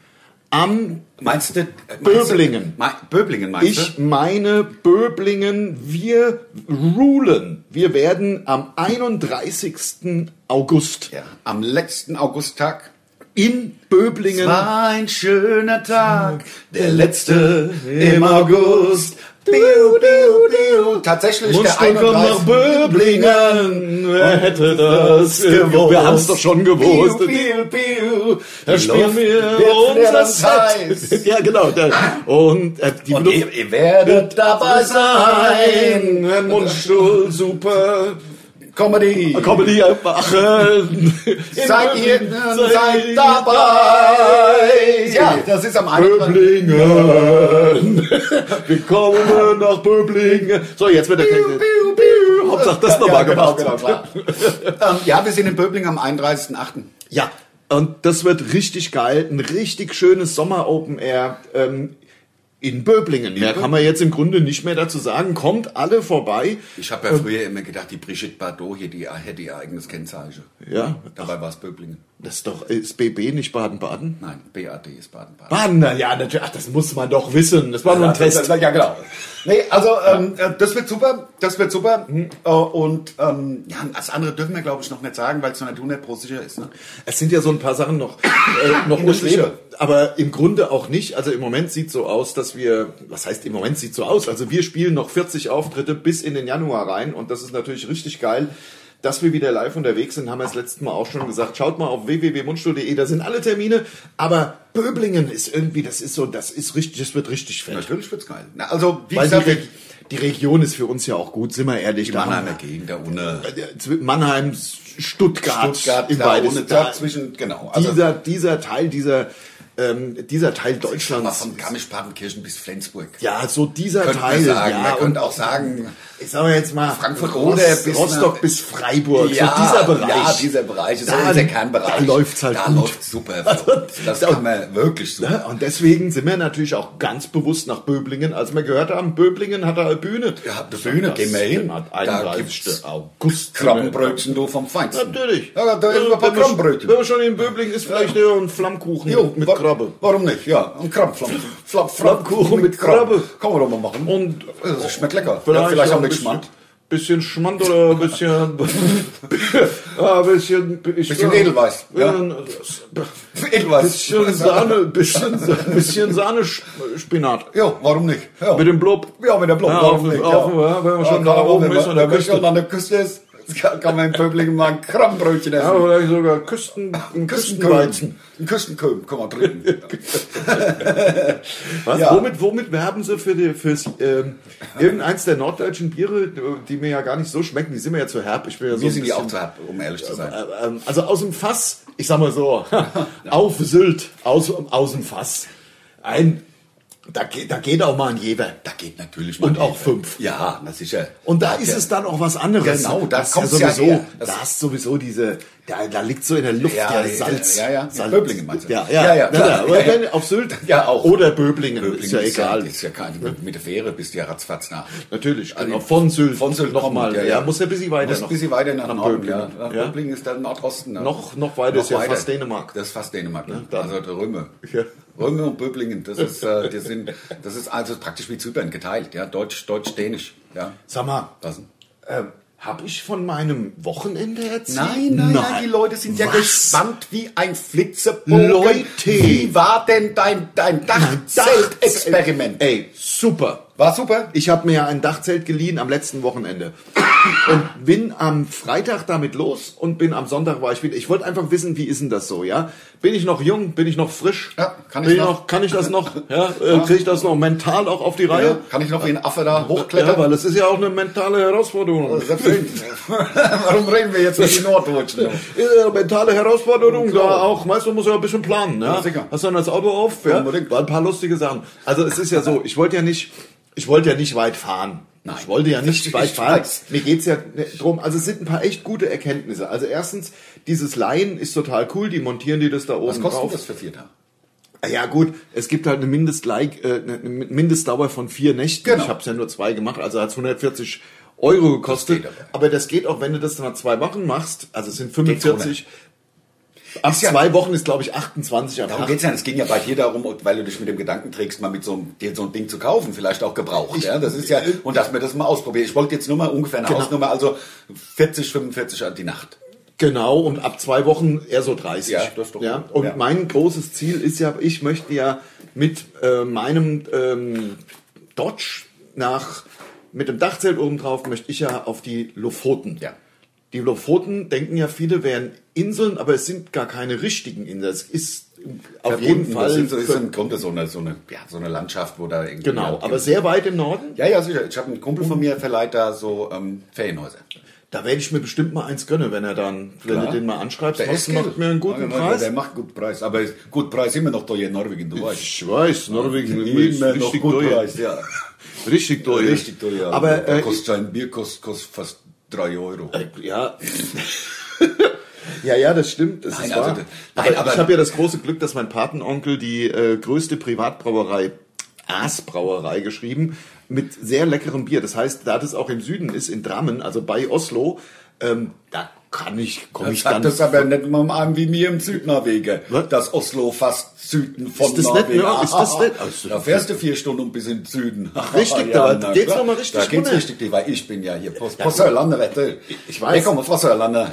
S2: Am,
S3: Meinst du, äh, meinst du-
S2: Böblingen.
S3: Mei- Böblingen meinst
S2: ich
S3: du?
S2: meine Böblingen, wir rulen. Wir werden am 31. August
S3: Ja. Am letzten Augusttag.
S2: in Böblingen.
S3: War ein schöner Tag, Genau. der letzte
S2: im
S3: im August. Biu, biu, biu. Tatsächlich
S2: Musst
S3: der
S2: du kommen nach
S3: 31.
S2: Böblingen, wer hätte das gewusst? Wir haben's doch schon gewusst.
S3: Biu, biu, biu.
S2: Da
S3: Die
S2: spielen
S3: Luft
S2: wir
S3: wird
S2: unser
S3: verdammt
S2: Set. ja, genau. Da. Und äh, die
S3: Und
S2: Luft-
S3: ihr, ihr werdet dabei sein.
S2: Ein Mundstuhl, super.
S3: Comedy.
S2: Comedy machen.
S3: Seid ihr, seid dabei. Ja, das ist am 31.
S2: Böblingen. Wir kommen nach Böblingen. So, jetzt wird der
S3: Biu,
S2: Technik.
S3: biu, biu.
S2: Hauptsache, das nochmal
S3: genau,
S2: gemacht.
S3: Genau, klar. ähm, ja, wir sind in Böblingen am 31.8.
S2: Ja, und das wird richtig geil. Ein richtig schönes Sommer-Open Air. Ähm, in Böblingen. Mehr kann man jetzt im Grunde nicht mehr dazu sagen. Kommt alle vorbei.
S3: Ich habe
S2: Ähm,
S3: ja früher immer gedacht, die Brigitte Bardot hier, die hätte ihr eigenes Kennzeichen.
S2: Ja,
S3: Dabei war es Böblingen.
S2: das ist doch, ist BB nicht Baden-Baden?
S3: Nein, BAD ist Baden-Baden.
S2: Baden, na ja, natürlich, ach, das muss man doch wissen. Das war nur ein Test.
S3: Ja, genau.
S2: Ah.
S3: Nee, also ähm, äh, das wird super, das wird super.
S2: Mhm.
S3: Äh, und ähm, ja, das andere dürfen wir, glaube ich, noch nicht sagen, weil es noch nicht 100% sicher ist. Ne?
S2: Es sind ja so ein paar Sachen noch, äh, noch
S3: In der
S2: unsicher.
S3: Schwebe.
S2: Aber im Grunde auch nicht. Also im Moment sieht so aus, dass wir, was heißt im Moment sieht so aus? Also wir spielen noch 40 Auftritte bis in den Januar rein und das ist natürlich richtig geil. Dass wir wieder live unterwegs sind, haben wir das letzte Mal auch schon gesagt. Schaut mal auf www.mundstuhl.de, da sind alle Termine. Aber Böblingen ist irgendwie, das ist so, das ist richtig, das wird richtig fett.
S3: Natürlich wird's geil. Na, also, wie
S2: Weil die,
S3: gesagt,
S2: Re
S3: die
S2: die Region ist für uns ja auch gut, sind wir ehrlich. da haben wir-
S3: Mannheimer Gegend, da ohne
S2: Zw- Mannheim, Stuttgart,
S3: Stuttgart,
S2: in
S3: da
S2: beides.
S3: ohne da zwischen- genau, also-
S2: dieser, dieser Teil, dieser, ähm, dieser Teil
S3: mal
S2: Deutschlands.
S3: von Garmisch-Partenkirchen bis Flensburg.
S2: Ja, so dieser
S3: Könnte man
S2: Teil.
S3: sagen. Man
S2: ja,
S3: könnte auch sagen,
S2: ich sage jetzt mal,
S3: Frankfurt oder bis
S2: Rostock
S3: nach-
S2: bis Freiburg, so
S3: Ja,
S2: dieser Bereich.
S3: Ja, dieser Bereich ist
S2: Da-
S3: auch unser Kernbereich.
S2: Da läuft's halt
S3: Da
S2: gut.
S3: läuft's super. für uns. Das
S2: da-
S3: kann man wirklich super.
S2: Ne? Und deswegen sind wir natürlich auch ganz bewusst nach Böblingen. Als wir gehört haben, Böblingen hat da eine Bühne.
S3: Ja, eine Bühne, gehen wir hin. Da
S2: 31.
S3: gibt's
S2: August.
S3: Krabbenbrötchen, du vom Feinsten.
S2: Natürlich.
S3: Ja, da ist ein paar
S2: Wenn man- Wenn
S3: Krabbenbrötchen.
S2: man schon in Böblingen ist, vielleicht ja. ein Flammkuchen mit
S3: wa-
S2: Krabbe.
S3: Warum nicht? Ja, ein Krabbenflamm. Flamm,
S2: Flammkuchen mit Krabbe.
S3: Kann man doch mal machen.
S2: Und
S3: das schmeckt lecker.
S2: vielleicht,
S3: ja, vielleicht
S2: auch
S3: auch
S2: ein
S3: mit
S2: bisschen,
S3: Schmand.
S2: bisschen Schmand oder ein bisschen. ja, ein bisschen. Ich,
S3: Bisschen Edelweiß, ja. Edelweiß.
S2: Bisschen Sahne, bisschen, bisschen Sahnespinat.
S3: Ja, warum nicht? Ja.
S2: Mit dem Blob.
S3: Ja, mit der Blom.
S2: Ja,
S3: warum
S2: auf-
S3: nicht?
S2: auf- ja, wenn man schon da
S3: kann-
S2: oben
S3: wenn
S2: ist
S3: man-
S2: an der
S3: wenn man
S2: Küste.
S3: schon an der Küste ist, kann kann man in Pöblingen mal ein Krabbenbrötchen essen.
S2: Ja, vielleicht sogar Küsten,
S3: Ein
S2: Küstenweizen.
S3: Küstenköhm. Ein Küstenköhm kann man trinken.
S2: Was?
S3: Ja.
S2: Womit, womit werben sie für die, fürs ähm, irgendeins der norddeutschen Biere, die mir ja gar nicht so schmecken? Die sind mir ja zu herb. Ich bin ja so
S3: Wir
S2: ein
S3: sind ja auch
S2: bisschen-
S3: zu hart, um ehrlich zu sein.
S2: Äh, ähm, also aus dem Fass, ich sag mal so, auf Sylt, aus, aus dem Fass. Ein, da, geht- da geht auch mal ein Jever.
S3: Da geht natürlich mal
S2: Und auch
S3: Hefe.
S2: fünf.
S3: Ja, na sicher.
S2: Und da
S3: Ja,
S2: ist
S3: ja.
S2: es dann auch was anderes.
S3: Genau, da
S2: Das ist
S3: kommt's ja
S2: sowieso,
S3: her. Das-
S2: Da hast sowieso diese, da, da liegt so in der Luft
S3: Ja,
S2: der
S3: ja,
S2: Salz.
S3: ja, ja.
S2: Salz.
S3: Böblingen meinst du?
S2: Ja, ja,
S3: Ja, ja,
S2: Na, na,
S3: klar.
S2: aber
S3: Ja, ja.
S2: wenn auf Sylt
S3: Ja, auch.
S2: oder Böblingen,
S3: Böblingen
S2: ist ja egal.
S3: Ist ja kein, mit der Fähre bist du ja ratzfatz nach.
S2: Natürlich,
S3: Also
S2: genau. Von Sylt.
S3: Von Sylt
S2: nochmal.
S3: kommend,
S2: Ja,
S3: ja, ja.
S2: muss ja ein bisschen weiter
S3: Muss
S2: noch.
S3: ein bisschen weiter nach,
S2: nach
S3: Norden.
S2: Böblingen.
S3: Ja. Nach
S2: Ja.
S3: Böblingen ist dann Nordosten. ne?
S2: Noch- noch weiter, ist ja fast Dänemark.
S3: Das ist fast Dänemark. Ne?
S2: dann-
S3: also der Röme.
S2: Ja.
S3: Röme und Böblingen, das ist, äh, das, sind, das ist also praktisch wie Zypern geteilt. Ja? Deutsch, Deutsch, Dänisch. Ja.
S2: Sag mal,
S3: Das sind-
S2: ähm, habe ich von meinem Wochenende erzählt?
S3: Nein, nein, nein, die Leute sind ja
S2: Was?
S3: gespannt wie ein Flitzebogen.
S2: Leute!
S3: Wie war denn dein, dein
S2: Mein Dachzelt-
S3: Dachzeltexperiment?
S2: Ey, super.
S3: War super.
S2: Ich habe mir ein Dachzelt geliehen am letzten Wochenende und bin am Freitag damit los und bin am Sonntag war ich wieder. Ich wollte einfach wissen, wie ist denn das so, ja? Bin ich noch jung? Bin ich noch frisch?
S3: Ja, kann ich
S2: bin
S3: noch?
S2: Kann ich das noch? Ja, äh, kriege ich das noch mental auch auf die
S3: Ja,
S2: Reihe?
S3: kann ich noch wie ein Affe da
S2: Ja,
S3: hochklettern?
S2: weil das ist ja auch eine mentale Herausforderung.
S3: Äh, Selbstverständlich. Warum reden wir jetzt mit den Norddeutschen?
S2: Ist ja eine mentale Herausforderung da
S3: Klar.
S2: auch. Weißt du, man muss ja ein bisschen planen. Ne?
S3: Ja, sicher.
S2: Hast du dann das Auto auf? Ja?
S3: Unbedingt.
S2: War ein paar lustige Sachen. Also es ist ja so, ich wollte ja nicht, ich wollte ja nicht weit fahren.
S3: Nein.
S2: Ich wollte ja nicht
S3: Ich
S2: weit fahren.
S3: weiß.
S2: Mir geht's ja drum. Also es sind ein paar echt gute Erkenntnisse. Also erstens, dieses Laien ist total cool. Die montieren die das da oben
S3: Was kostet
S2: drauf.
S3: das für vier Tage?
S2: Ah Ja gut, es gibt halt eine, Mindestlei äh, eine Mindestdauer von vier Nächten.
S3: Genau.
S2: Ich habe es ja nur zwei gemacht, also hat's 140 Euro gekostet.
S3: geht aber.
S2: aber das geht auch, wenn du das mal zwei Wochen machst. Also es sind 45. Ab
S3: Ist ja-
S2: zwei Wochen ist glaube ich 28. Ab
S3: Darum
S2: acht-
S3: geht's ja. nicht. Es ging ja bei dir darum, weil du dich mit dem Gedanken trägst, mal mit so einem, dir so ein Ding zu kaufen, vielleicht auch gebraucht. ja, das ist ja und dass wir das mal ausprobieren. Ich wollte jetzt nur mal ungefähr eine
S2: Genau.
S3: Hausnummer, also 40, 45 an die Nacht.
S2: Genau, und ab zwei Wochen eher so 30.
S3: Ja, das ist doch
S2: ja?
S3: gut.
S2: Und
S3: Ja.
S2: mein großes Ziel ist ja, ich möchte ja mit äh, meinem ähm, Dodge nach, mit dem Dachzelt oben drauf, möchte ich ja auf die Lofoten.
S3: Ja.
S2: Die Lofoten denken ja viele wären Inseln, aber es sind gar keine richtigen Inseln. Es ist auf jeden Fall.
S3: Das ist, das ist im Grunde so eine, so eine, ja, so eine Landschaft, wo da irgendwie.
S2: genau, aber sehr weit im Norden.
S3: Ja, ja, sicher. Ich habe einen Kumpel von mir, verleiht da so ähm, Ferienhäuser.
S2: Da werde ich mir bestimmt mal eins gönnen, wenn er dann, wenn du den mal anschreibst, machst, macht mir einen guten
S3: Ja, genau,
S2: Preis.
S3: Der macht einen guten Preis. Aber ist- gut Preis immer noch teuer in Norwegen, du weißt.
S2: Ich weiß, Norwegen ist
S3: Immer noch
S2: richtig teuer.
S3: Preis, ja.
S2: Richtig teuer.
S3: Richtig teuer.
S2: Aber
S3: Da
S2: äh,
S3: kostet äh, ein Bier kostet, kostet fast 3 Euro.
S2: ja. ja, ja, das stimmt. Das
S3: Nein,
S2: ist
S3: also
S2: wahr.
S3: das-
S2: aber,
S3: nein, aber-
S2: ich habe ja das große Glück, dass mein Patenonkel die äh, größte Privatbrauerei Aasbrauerei geschrieben mit sehr leckerem Bier. Das heißt, da das auch im Süden ist, in Drammen, also bei Oslo, ähm, da kann ich, komme ich dann.
S3: Sag das aber nicht mal einem wie mir im Südnorwegen.
S2: Was?
S3: Das Oslo fast Süden von
S2: Ist das nicht
S3: Norwegen.
S2: mehr- ist das nicht- Also-
S3: da fährst du vier Stunden und bist im Süden.
S2: Richtig, da
S3: na
S2: geht's
S3: klar.
S2: noch mal richtig
S3: Da geht's
S2: runter.
S3: richtig, die- weil ich bin ja hier. Post, ja, Sörlander, wette.
S2: ich weiß.
S3: Ich komme aus Sörlander.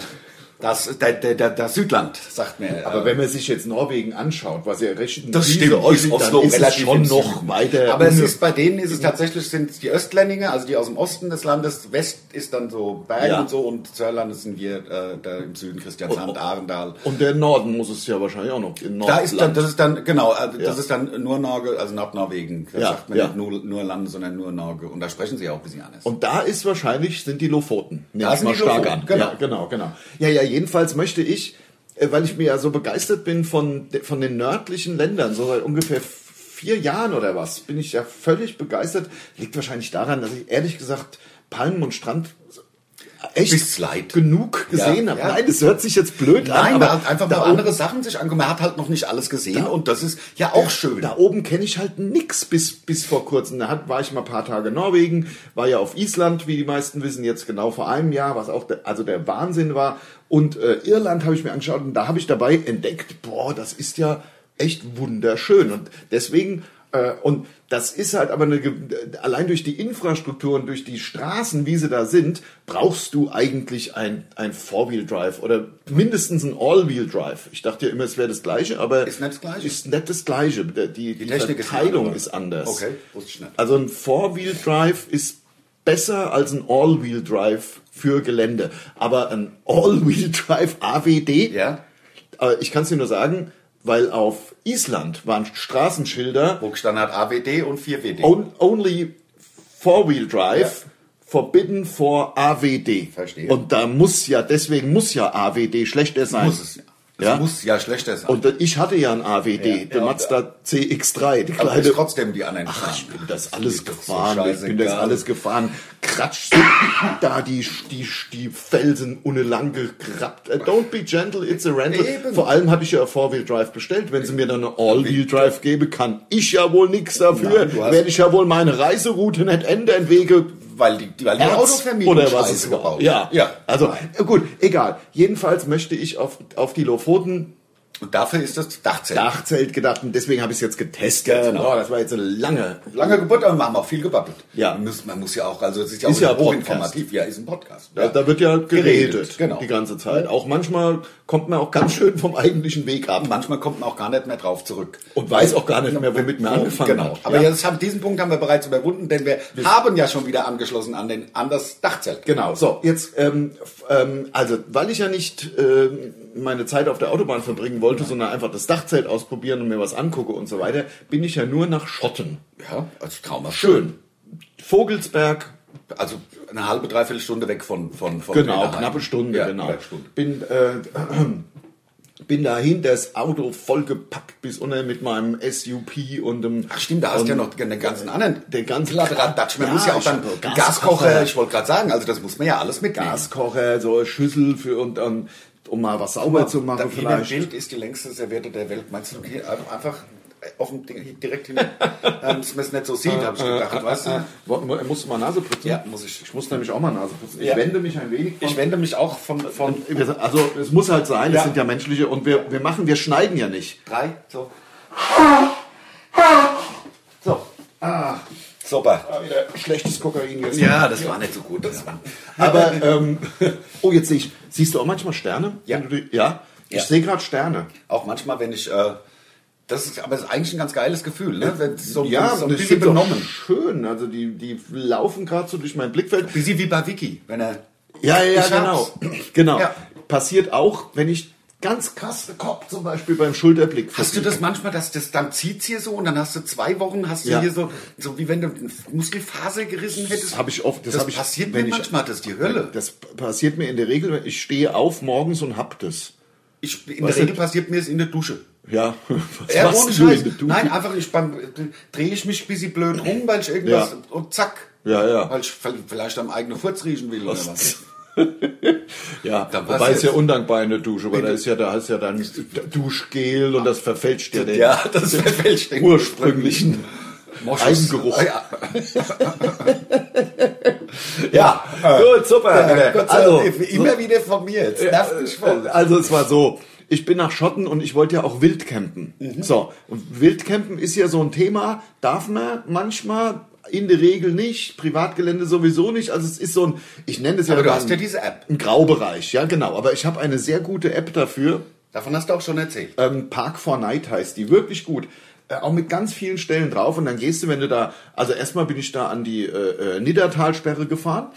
S3: Das, der, der, der, der Südland, sagt mir.
S2: aber wenn man sich jetzt Norwegen anschaut, was ja recht
S3: Das
S2: diese
S3: stimmt,
S2: Oslo
S3: ist Oslo
S2: ist es
S3: relativ
S2: schon
S3: im
S2: noch
S3: Süden.
S2: weiter.
S3: Aber es
S2: unten.
S3: ist bei denen ist es tatsächlich sind die Östländinge, also die aus dem Osten des Landes. West ist dann so Bergen
S2: Ja. Oh,
S3: und so und Sörland sind wir äh, da im Süden Christiansand, Arendal.
S2: und der Norden muss es ja wahrscheinlich auch noch. In
S3: Da ist dann,
S2: Nordland.
S3: das ist dann genau, also
S2: Ja.
S3: das ist dann nur Norge, also Nordnorwegen. Da
S2: Ja,
S3: sagt man
S2: ja.
S3: nicht nur, nur Land, sondern nur Norge. Und da sprechen sie ja auch ein bisschen anders.
S2: Und da ist wahrscheinlich, sind die Lofoten. Nehm
S3: Da
S2: ich
S3: sind
S2: mal
S3: die
S2: stark
S3: Lofoten,
S2: an.
S3: genau.
S2: Ja, genau, genau. Ja, ja, jedenfalls möchte ich, äh, weil ich mir ja so begeistert bin von, de- von den nördlichen Ländern, so seit ungefähr vier Jahren oder was, bin ich ja völlig begeistert. Liegt wahrscheinlich daran, dass ich ehrlich gesagt Palmen und Strand echt
S3: Bist leid.
S2: genug gesehen
S3: Ja,
S2: habe.
S3: ja.
S2: Nein, das hört sich jetzt blöd
S3: Nein,
S2: an.
S3: aber hat einfach
S2: da
S3: mal
S2: oben-
S3: andere Sachen sich angeguckt. Man hat halt noch nicht alles gesehen und das ist ja auch schön.
S2: Da oben kenne ich halt nix bis, bis vor kurzem. Da hat, war ich mal ein paar Tage in Norwegen, war ja auf Island, wie die meisten wissen, jetzt genau vor einem Jahr, was auch der, also der Wahnsinn war. Und äh, Irland habe ich mir angeschaut und da habe ich dabei entdeckt, boah, das ist ja echt wunderschön. Und deswegen, äh, und das ist halt aber eine, ge- äh, allein durch die Infrastruktur und durch die Straßen, wie sie da sind, brauchst du eigentlich ein, ein Four-Wheel-Drive oder mindestens ein All-Wheel-Drive. Ich dachte ja immer, es wäre das Gleiche, aber
S3: Ist nicht das Gleiche.
S2: ist nicht das Gleiche. Die, die, die
S3: Technik ist
S2: Verteilung
S3: eine
S2: ist anders.
S3: Okay, wusste ich nicht.
S2: Also ein Four-Wheel-Drive ist besser als ein All-Wheel-Drive für Gelände. Aber ein All-Wheel-Drive AWD,
S3: Ja.
S2: äh, ich kann es dir nur sagen, weil auf Island waren Straßenschilder
S3: Wo gestanden hat AWD und 4WD.
S2: on, only Four-Wheel-Drive. Forbidden for AWD.
S3: Verstehe.
S2: Und da muss ja, deswegen muss ja AWD schlechter sein.
S3: muss es ja. Das
S2: Ja?
S3: muss ja schlechter sein.
S2: Und ich hatte ja ein AWD,
S3: Ja,
S2: den
S3: ja.
S2: Mazda CX3, die
S3: aber
S2: kleine
S3: ist trotzdem die anderen fahren.
S2: Ich bin das alles
S3: Ist doch so
S2: gefahren, ich bin das
S3: scheißegal.
S2: alles gefahren. Kratsch, da die, die, die Felsen ohne lang gerappt. Äh, Don't be gentle, it's a rental.
S3: Eben.
S2: Vor allem habe ich ja Four-Wheel Drive bestellt. Wenn sie mir dann eine All-Wheel Drive gebe, kann ich ja wohl nichts dafür.
S3: Nein, du hast-
S2: Werde ich ja wohl meine Reiseroute nicht ändern, Wege
S3: weil die, die, weil die Autovermietung
S2: oder was
S3: scheiße
S2: es war.
S3: gebaut
S2: Ja,
S3: ja.
S2: Also äh, gut, egal. Jedenfalls möchte ich auf, auf die Lofoten
S3: Und dafür ist das Dachzelt.
S2: Dachzelt gedacht und deswegen habe ich es jetzt getestet.
S3: Genau.
S2: Boah, das war jetzt eine lange.
S3: Lange Geburt, aber wir haben auch viel gebabbelt.
S2: Ja.
S3: Man muss, man muss ja auch, also es ist ja auch
S2: Ist ja
S3: wieder
S2: Podcast.
S3: hochinformativ. Ja, ist ein Podcast.
S2: Da, da wird ja geredet,
S3: Geredet, genau.
S2: die ganze Zeit. Auch manchmal kommt man auch ganz schön vom eigentlichen Weg ab
S3: Manchmal kommt man auch gar nicht mehr drauf zurück.
S2: und weiß auch gar nicht mehr, womit man angefangen
S3: genau.
S2: hat.
S3: Aber
S2: ja.
S3: jetzt haben, diesen Punkt haben wir bereits überwunden, denn wir haben ja schon wieder angeschlossen an, den, an das Dachzelt.
S2: Genau, so, jetzt, ähm, f- ähm, also, weil ich ja nicht ähm, meine Zeit auf der Autobahn verbringen wollte, sondern einfach das Dachzelt ausprobieren und mir was angucke und so weiter, bin ich ja nur nach Schotten.
S3: Ja, also Trauma.
S2: Schön. Vogelsberg,
S3: Also eine halbe, dreiviertel Stunde weg von von, von
S2: Genau,
S3: Trainerheim.
S2: knappe Stunde,
S3: ja,
S2: genau.
S3: knappe Stunde.
S2: Bin, äh, bin dahin, das Auto vollgepackt bis unten mit meinem SUP und dem.
S3: Ach stimmt, da hast
S2: und
S3: du ja noch den ganzen anderen,
S2: den ganzen
S3: Kladderadatsch. Man
S2: Ja,
S3: muss ja auch
S2: ich-
S3: dann
S2: Gaskocher.
S3: Gaskocher, ich wollte gerade sagen, also das muss man ja alles mitnehmen.
S2: Gaskocher, so eine Schüssel für und dann, um mal was sauber zu machen
S3: Da in dem
S2: vielleicht.
S3: Bild ist die längste Serviette der Welt. Meinst du, hier einfach äh, auf dem Ding direkt hin, Ähm, dass man es nicht so sieht, habe
S2: Äh,
S3: ich gedacht, weißt du?
S2: Wo- wo- Musst du mal Nase putzen?
S3: Ja, muss ich.
S2: Ich muss nämlich auch mal Nase putzen. Ich
S3: Ja.
S2: wende mich ein wenig von
S3: Ich wende mich auch von, von
S2: Wir- also es muss halt sein, es
S3: Ja.
S2: sind ja menschliche und wir, wir machen, wir schneiden ja nicht.
S3: drei, so.
S2: So,
S3: Ah, Super.
S2: wieder schlechtes Kokain jetzt.
S3: Ja, das war nicht so gut. Das war,
S2: Aber, ähm, oh, jetzt sehe ich, siehst du auch manchmal Sterne?
S3: Ja.
S2: Wenn du die, ja? Ich
S3: Ja.
S2: sehe gerade Sterne.
S3: Auch manchmal, wenn ich, äh, das ist aber ist eigentlich ein ganz geiles Gefühl, ne? Wenn so,
S2: ja,
S3: so
S2: und
S3: ein
S2: ich
S3: bisschen
S2: finde auch
S3: benommen.
S2: schön. Also die, die laufen gerade so durch mein Blickfeld.
S3: Wie sie wie bei Vicky, wenn er.
S2: Ja, ja, ja,
S3: Ich hab's.
S2: genau. genau.
S3: Ja.
S2: Passiert auch, wenn ich ganz krass den Kopf zum Beispiel beim Schulterblick
S3: Hast du
S2: verliere.
S3: das manchmal, dass das dann zieht's hier so und dann hast du zwei Wochen, hast du
S2: Ja.
S3: hier so, so wie wenn du eine Muskelfaser gerissen hättest?
S2: Das habe ich oft. Das,
S3: Das
S2: hab ich,
S3: passiert
S2: wenn
S3: mir
S2: ich-
S3: manchmal, das ist die Hölle.
S2: Das passiert mir in der Regel, wenn ich stehe auf morgens und hab das.
S3: Ich, in
S2: Was
S3: der Regel
S2: denn?
S3: passiert mir es in der Dusche.
S2: Ja, was
S3: Ja,
S2: machst
S3: ohne
S2: du in
S3: Scheiß.
S2: der Dusche?
S3: Nein, einfach ich beim drehe ich mich ein bisschen blöd rum, weil ich irgendwas
S2: Ja.
S3: und zack.
S2: Ja, ja.
S3: Weil ich vielleicht am eigenen Furz riechen will oder was.
S2: Ja,
S3: Dann
S2: wobei
S3: passiert's.
S2: es ja undankbar in der Dusche, weil da ist ja, da hast ja dann Duschgel und das verfälscht ja den
S3: das verfälscht den
S2: ursprünglichen Eigengeruch.
S3: Ah, ja.
S2: Ja, gut, super.
S3: also,
S2: Also,
S3: immer wieder von mir. Jetzt nervt mich voll.
S2: also es war so. Ich bin nach Schotten und ich wollte ja auch Wildcampen.
S3: Mhm.
S2: So, und Wildcampen ist ja so ein Thema, darf man manchmal, in der Regel nicht, Privatgelände sowieso nicht. Also es ist so ein, ich nenne das ja,
S3: Aber du
S2: mal
S3: hast ja diese App.
S2: ein Graubereich, ja genau. Aber ich habe eine sehr gute App dafür,
S3: Davon hast du auch schon erzählt.
S2: ähm, Park for Night heißt die, wirklich gut. Äh, auch mit ganz vielen Stellen drauf und dann gehst du, wenn du da, also erstmal bin ich da an die äh, äh, Niddertalsperre gefahren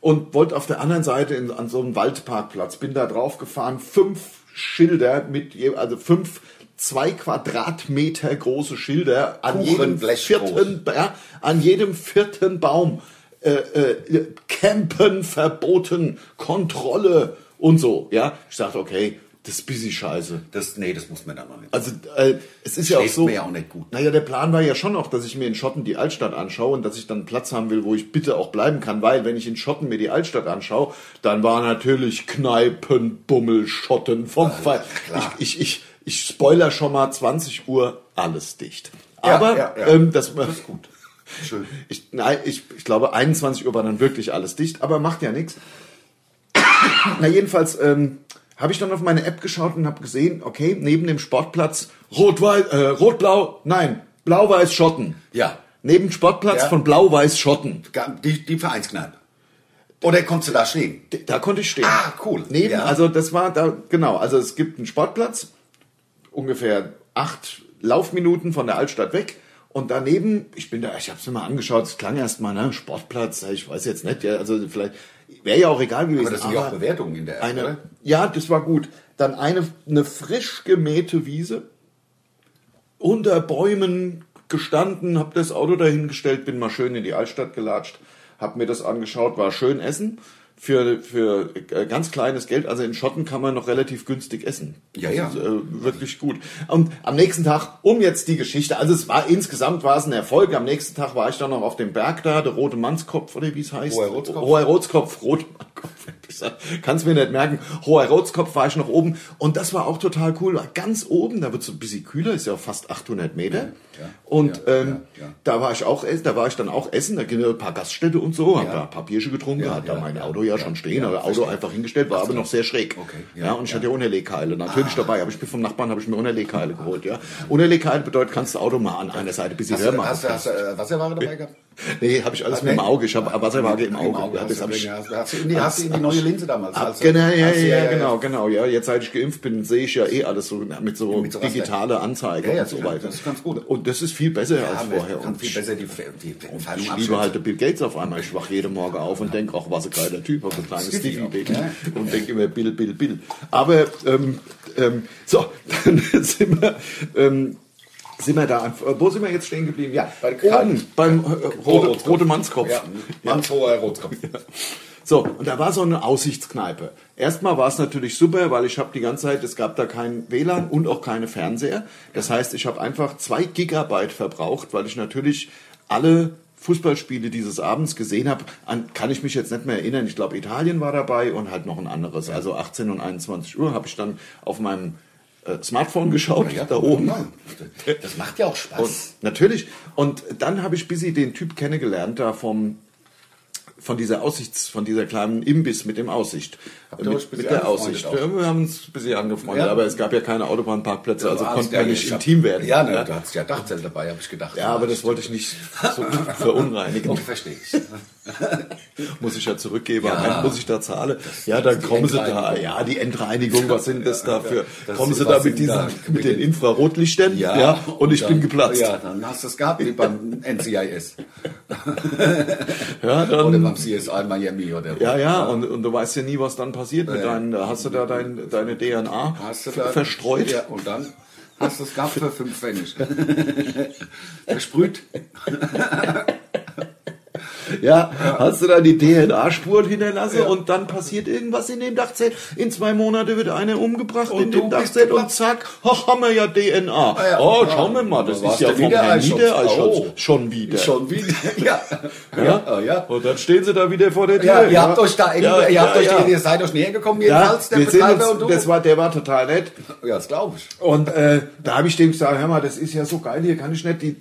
S2: und wollte auf der anderen Seite in, an so einen Waldparkplatz, bin da drauf gefahren, fünf Schilder mit, je, also fünf zwei Quadratmeter große Schilder an jedem
S3: Kuchenblech
S2: vierten, ja, an jedem vierten Baum. Äh, äh, Campen verboten, Kontrolle und so, ja. Ich dachte, okay, das ist busy scheiße.
S3: Das, nee, das muss man dann mal nicht.
S2: Also äh, es ist ja auch
S3: Schläft
S2: so.
S3: mir ja auch nicht gut.
S2: Naja, der Plan war ja schon auch, dass ich mir in Schotten die Altstadt anschaue und dass ich dann Platz haben will, wo ich bitte auch bleiben kann, weil wenn ich in Schotten mir die Altstadt anschaue, dann war natürlich Kneipen, Bummel, Schotten vom Fall. Ich, ich, ich, ich spoiler schon mal 20 Uhr alles dicht.
S3: Ja,
S2: Aber
S3: ja, ja.
S2: Ähm, das, das ist gut.
S3: Schön.
S2: Ich, nein, ich, ich glaube, 21 Uhr war dann wirklich alles dicht, aber macht ja nichts. Na, jedenfalls ähm, habe ich dann auf meine App geschaut und habe gesehen, okay, neben dem Sportplatz Rot-Weiß, äh, Rot-Blau, nein, Blau-Weiß-Schotten.
S3: Ja.
S2: Neben Sportplatz
S3: Ja.
S2: von Blau-Weiß-Schotten.
S3: Ga- Die, die Vereinskneipe. Oder konntest du da stehen?
S2: D- Da konnte ich stehen.
S3: Ah, cool.
S2: Neben,
S3: Ja.
S2: also das war da, genau, also es gibt einen Sportplatz, ungefähr acht Laufminuten von der Altstadt weg. Und daneben, ich bin da, ich habe es mir mal angeschaut, es klang erstmal, ne, Sportplatz, ja, ich weiß jetzt nicht, ja, also vielleicht, wäre ja auch egal gewesen.
S3: Aber das sind ja auch Bewertungen in der App,
S2: eine,
S3: oder?
S2: Ja, das war gut. Dann eine, eine frisch gemähte Wiese, unter Bäumen gestanden, hab das Auto dahingestellt, bin mal schön in die Altstadt gelatscht, hab mir das angeschaut, war schön essen. Für, für äh, ganz kleines Geld, also in Schotten kann man noch relativ günstig essen.
S3: Ja,
S2: Das
S3: ja.
S2: Ist, äh, wirklich gut. Und am nächsten Tag, um jetzt die Geschichte, also es war insgesamt war es ein Erfolg. Am nächsten Tag war ich dann noch auf dem Berg da, der Rote Mannskopf oder wie es heißt.
S3: Hoher Rotskopf.
S2: Hoher Rotskopf, Rot, Kannst mir nicht merken. Hoher Rotskopf war ich noch oben. Und das war auch total cool. War Ganz oben, da wird es ein bisschen kühler, ist ja fast 800 Meter. und ähm, da war ich auch, ess- da war ich dann auch essen, da gingen ein paar Gaststätte und so, hab da ein paar Bierchen getrunken, hat da mein Auto ja, schon stehen, aber Auto einfach hingestellt, war aber noch sehr schräg. ja, und ich hatte ja Unterlegkeile natürlich
S3: Ah.
S2: dabei, aber ich bin vom Nachbarn, habe ich mir Unterlegkeile geholt, ja. Unterlegkeile bedeutet, kannst das Auto mal an einer Seite ein bisschen
S3: Hast
S2: höher
S3: du,
S2: machen.
S3: hast, du, hast du äh, Wasserware dabei gehabt?
S2: Nee, habe ich alles mit dem Auge, ich habe Wasserwaage im Auge. Ja,
S3: hast,
S2: das
S3: du,
S2: hab ich-
S3: hast, du- hast, du in die, hast du in die neue Linse damals?
S2: Ab,
S3: hast du-
S2: genau, ja,
S3: hast du-
S2: ja, genau, genau. Ja, jetzt seit ich geimpft bin, sehe ich ja eh alles so mit so,
S3: mit so
S2: digitale Anzeigen
S3: Ja, ja,
S2: und so
S3: das ist-
S2: weiter.
S3: das ist ganz gut.
S2: Und das ist viel besser als
S3: Ja,
S2: vorher.
S3: vorher kann
S2: Und
S3: viel
S2: ich,
S3: besser die, die, die Entfernung
S2: ich
S3: abschätzen.
S2: liebe halt den Bill Gates auf einmal. Ich wach jeden Morgen auf und denke, ach, was ein geiler Typ, was ein kleines
S3: Stevie
S2: Stevie
S3: auch,
S2: Baby. Und denke immer Bill, Bill, Bill. Aber ähm, ähm, so, dann sind wir. Ähm, sind wir da? an- Wo sind wir jetzt stehen geblieben? Ja,
S3: Bei den Krallen.
S2: oben beim äh, rote, rote Mannskopf.
S3: Ja, ganz hoher Rotkopf.
S2: So, und da war so eine Aussichtskneipe. Erstmal war es natürlich super, weil ich habe die ganze Zeit, es gab da kein WLAN und auch keine Fernseher. Das heißt, ich habe einfach zwei Gigabyte verbraucht, weil ich natürlich alle Fußballspiele dieses Abends gesehen habe. An kann ich mich jetzt nicht mehr erinnern. Ich glaube, Italien war dabei und halt noch ein anderes. Also 18 und 21 Uhr habe ich dann auf meinem äh, Smartphone geschaut, da oben.
S3: Das macht ja auch Spaß.
S2: Und also natürlich. Und dann habe ich Busy den Typ kennengelernt, da vom von dieser Aussichts, von dieser kleinen Imbiss mit dem Aussicht.
S3: Habt ihr euch
S2: mit,
S3: ein
S2: mit
S3: bisschen
S2: der
S3: angefreundet
S2: Aussicht. Ja, wir haben uns ein bisschen angefreundet,
S3: Ja.
S2: aber es gab ja keine Autobahnparkplätze, also
S3: Ah,
S2: konnten
S3: ja,
S2: wir nicht
S3: ich hab-
S2: intim werden.
S3: Ja, ne, du hattest ja Dachzelt dabei, habe ich gedacht.
S2: Ja, aber das wollte ich nicht so verunreinigen.
S3: Oh, verstehe ich.
S2: Muss ich ja zurückgeben,
S3: Ja.
S2: am Ende muss ich da zahlen. Ja, dann
S3: die
S2: kommen sie da.
S3: Endreinigung.
S2: Ja, die Endreinigung, was sind das da für?
S3: das
S2: Kommen
S3: ist-
S2: sie da
S3: was
S2: mit
S3: sind
S2: diesen,
S3: da?
S2: mit den Infrarotlichtern? Ja. und ich bin geplatzt.
S3: Ja, dann hast du es gehabt, wie beim NCIS.
S2: Ja, dann,
S3: Oder beim CSI Miami oder wo.
S2: Ja, ja, und, und du weißt ja nie, was dann passiert mit
S3: Ja.
S2: deinen, da hast du da dein, deine DNA
S3: Hast du
S2: ver-
S3: da,
S2: verstreut.
S3: Ja, und dann hast du es gehabt für fünf Pfennig. Versprüht.
S2: Ja, hast du da die DNA-Spuren hinterlassen und dann passiert irgendwas in dem Dachzelt. In zwei Monaten wird einer umgebracht in
S3: du
S2: dem
S3: bist
S2: Dachzelt und zack, hoch haben wir ja DNA.
S3: ja.
S2: Oh,
S3: Ah.
S2: schauen wir mal, das
S3: Da
S2: ist
S3: warst
S2: ja
S3: du
S2: vom
S3: wieder
S2: Herrn
S3: Eichholz.
S2: Niedereichholz.
S3: Oh.
S2: Schon wieder.
S3: Schon wieder. Ja.
S2: Ja?
S3: Ah, ja.
S2: Und dann stehen sie da wieder vor der Tür.
S3: Ja, ihr habt euch da,
S2: Ja,
S3: ihr, habt
S2: ja,
S3: euch,
S2: ja.
S3: ihr seid euch näher gekommen
S2: ja,
S3: jedenfalls, der
S2: wir sehen
S3: Betreiber
S2: uns,
S3: und du.
S2: das war, der war total nett.
S3: ja, das glaube ich.
S2: Und äh, da habe ich dem gesagt, hör mal, das ist ja so geil, hier kann ich nicht die,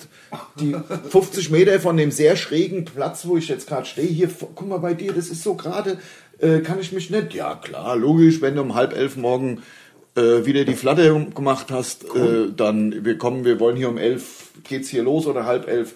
S2: die 50 Meter von dem sehr schrägen Platz, wo ich jetzt gerade stehe, hier, guck mal bei dir, das ist so gerade, äh, kann ich mich nicht. Ja klar, logisch, wenn du um halb elf morgen äh, wieder die Flatte gemacht hast, äh, dann wir kommen, wir wollen hier um elf, geht's hier los oder halb elf.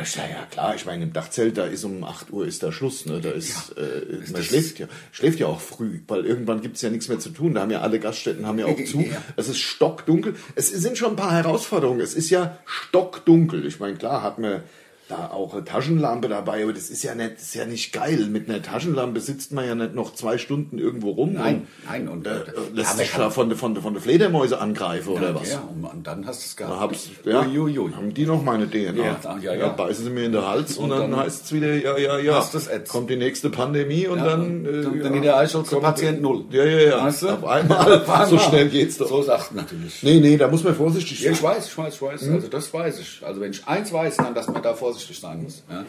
S2: Ich sag, ja klar, ich meine, im Dachzelt, da ist um 8 Uhr ist da Schluss, ne? Da ist, äh, man schläft ja, schläft ja auch früh, weil irgendwann gibt's ja nichts mehr zu tun. Da haben ja alle Gaststätten haben ja auch zu.
S3: Ja.
S2: Es ist stockdunkel. Es sind schon ein paar Herausforderungen. Es ist ja stockdunkel. Ich meine, klar hat man da auch eine Taschenlampe dabei, aber das ist ja nicht, das ist ja nicht geil. Mit einer Taschenlampe sitzt man ja nicht noch zwei Stunden irgendwo rum.
S3: Nein, nein, und-
S2: äh, äh,
S3: Ja,
S2: lässt sich
S3: aber-
S2: da von, von, von der Fledermäuse angreifen oder was?
S3: Ja, und, und dann hast du es
S2: Da
S3: gehabt.
S2: hab's, ja,
S3: Uiuiui.
S2: haben die noch meine DNA?
S3: Ja, ja, ja.
S2: beißen sie mir in den Hals und, dann,
S3: dann
S2: heißt es wieder, ja, ja, ja.
S3: hast du's jetzt.
S2: Kommt die nächste Pandemie und dann... äh,
S3: dann,
S2: ja.
S3: dann wieder Eichholz, der Patient Null.
S2: Ja, ja, ja.
S3: Weißt du?
S2: Auf einmal. So schnell geht's doch.
S3: So sagt natürlich.
S2: Nee, nee, da muss man vorsichtig
S3: Ja,
S2: sein.
S3: ich weiß, ich weiß, ich weiß. Also das weiß ich. Also wenn ich eins weiß, dann, dass man da vorsichtig sein muss. Ja.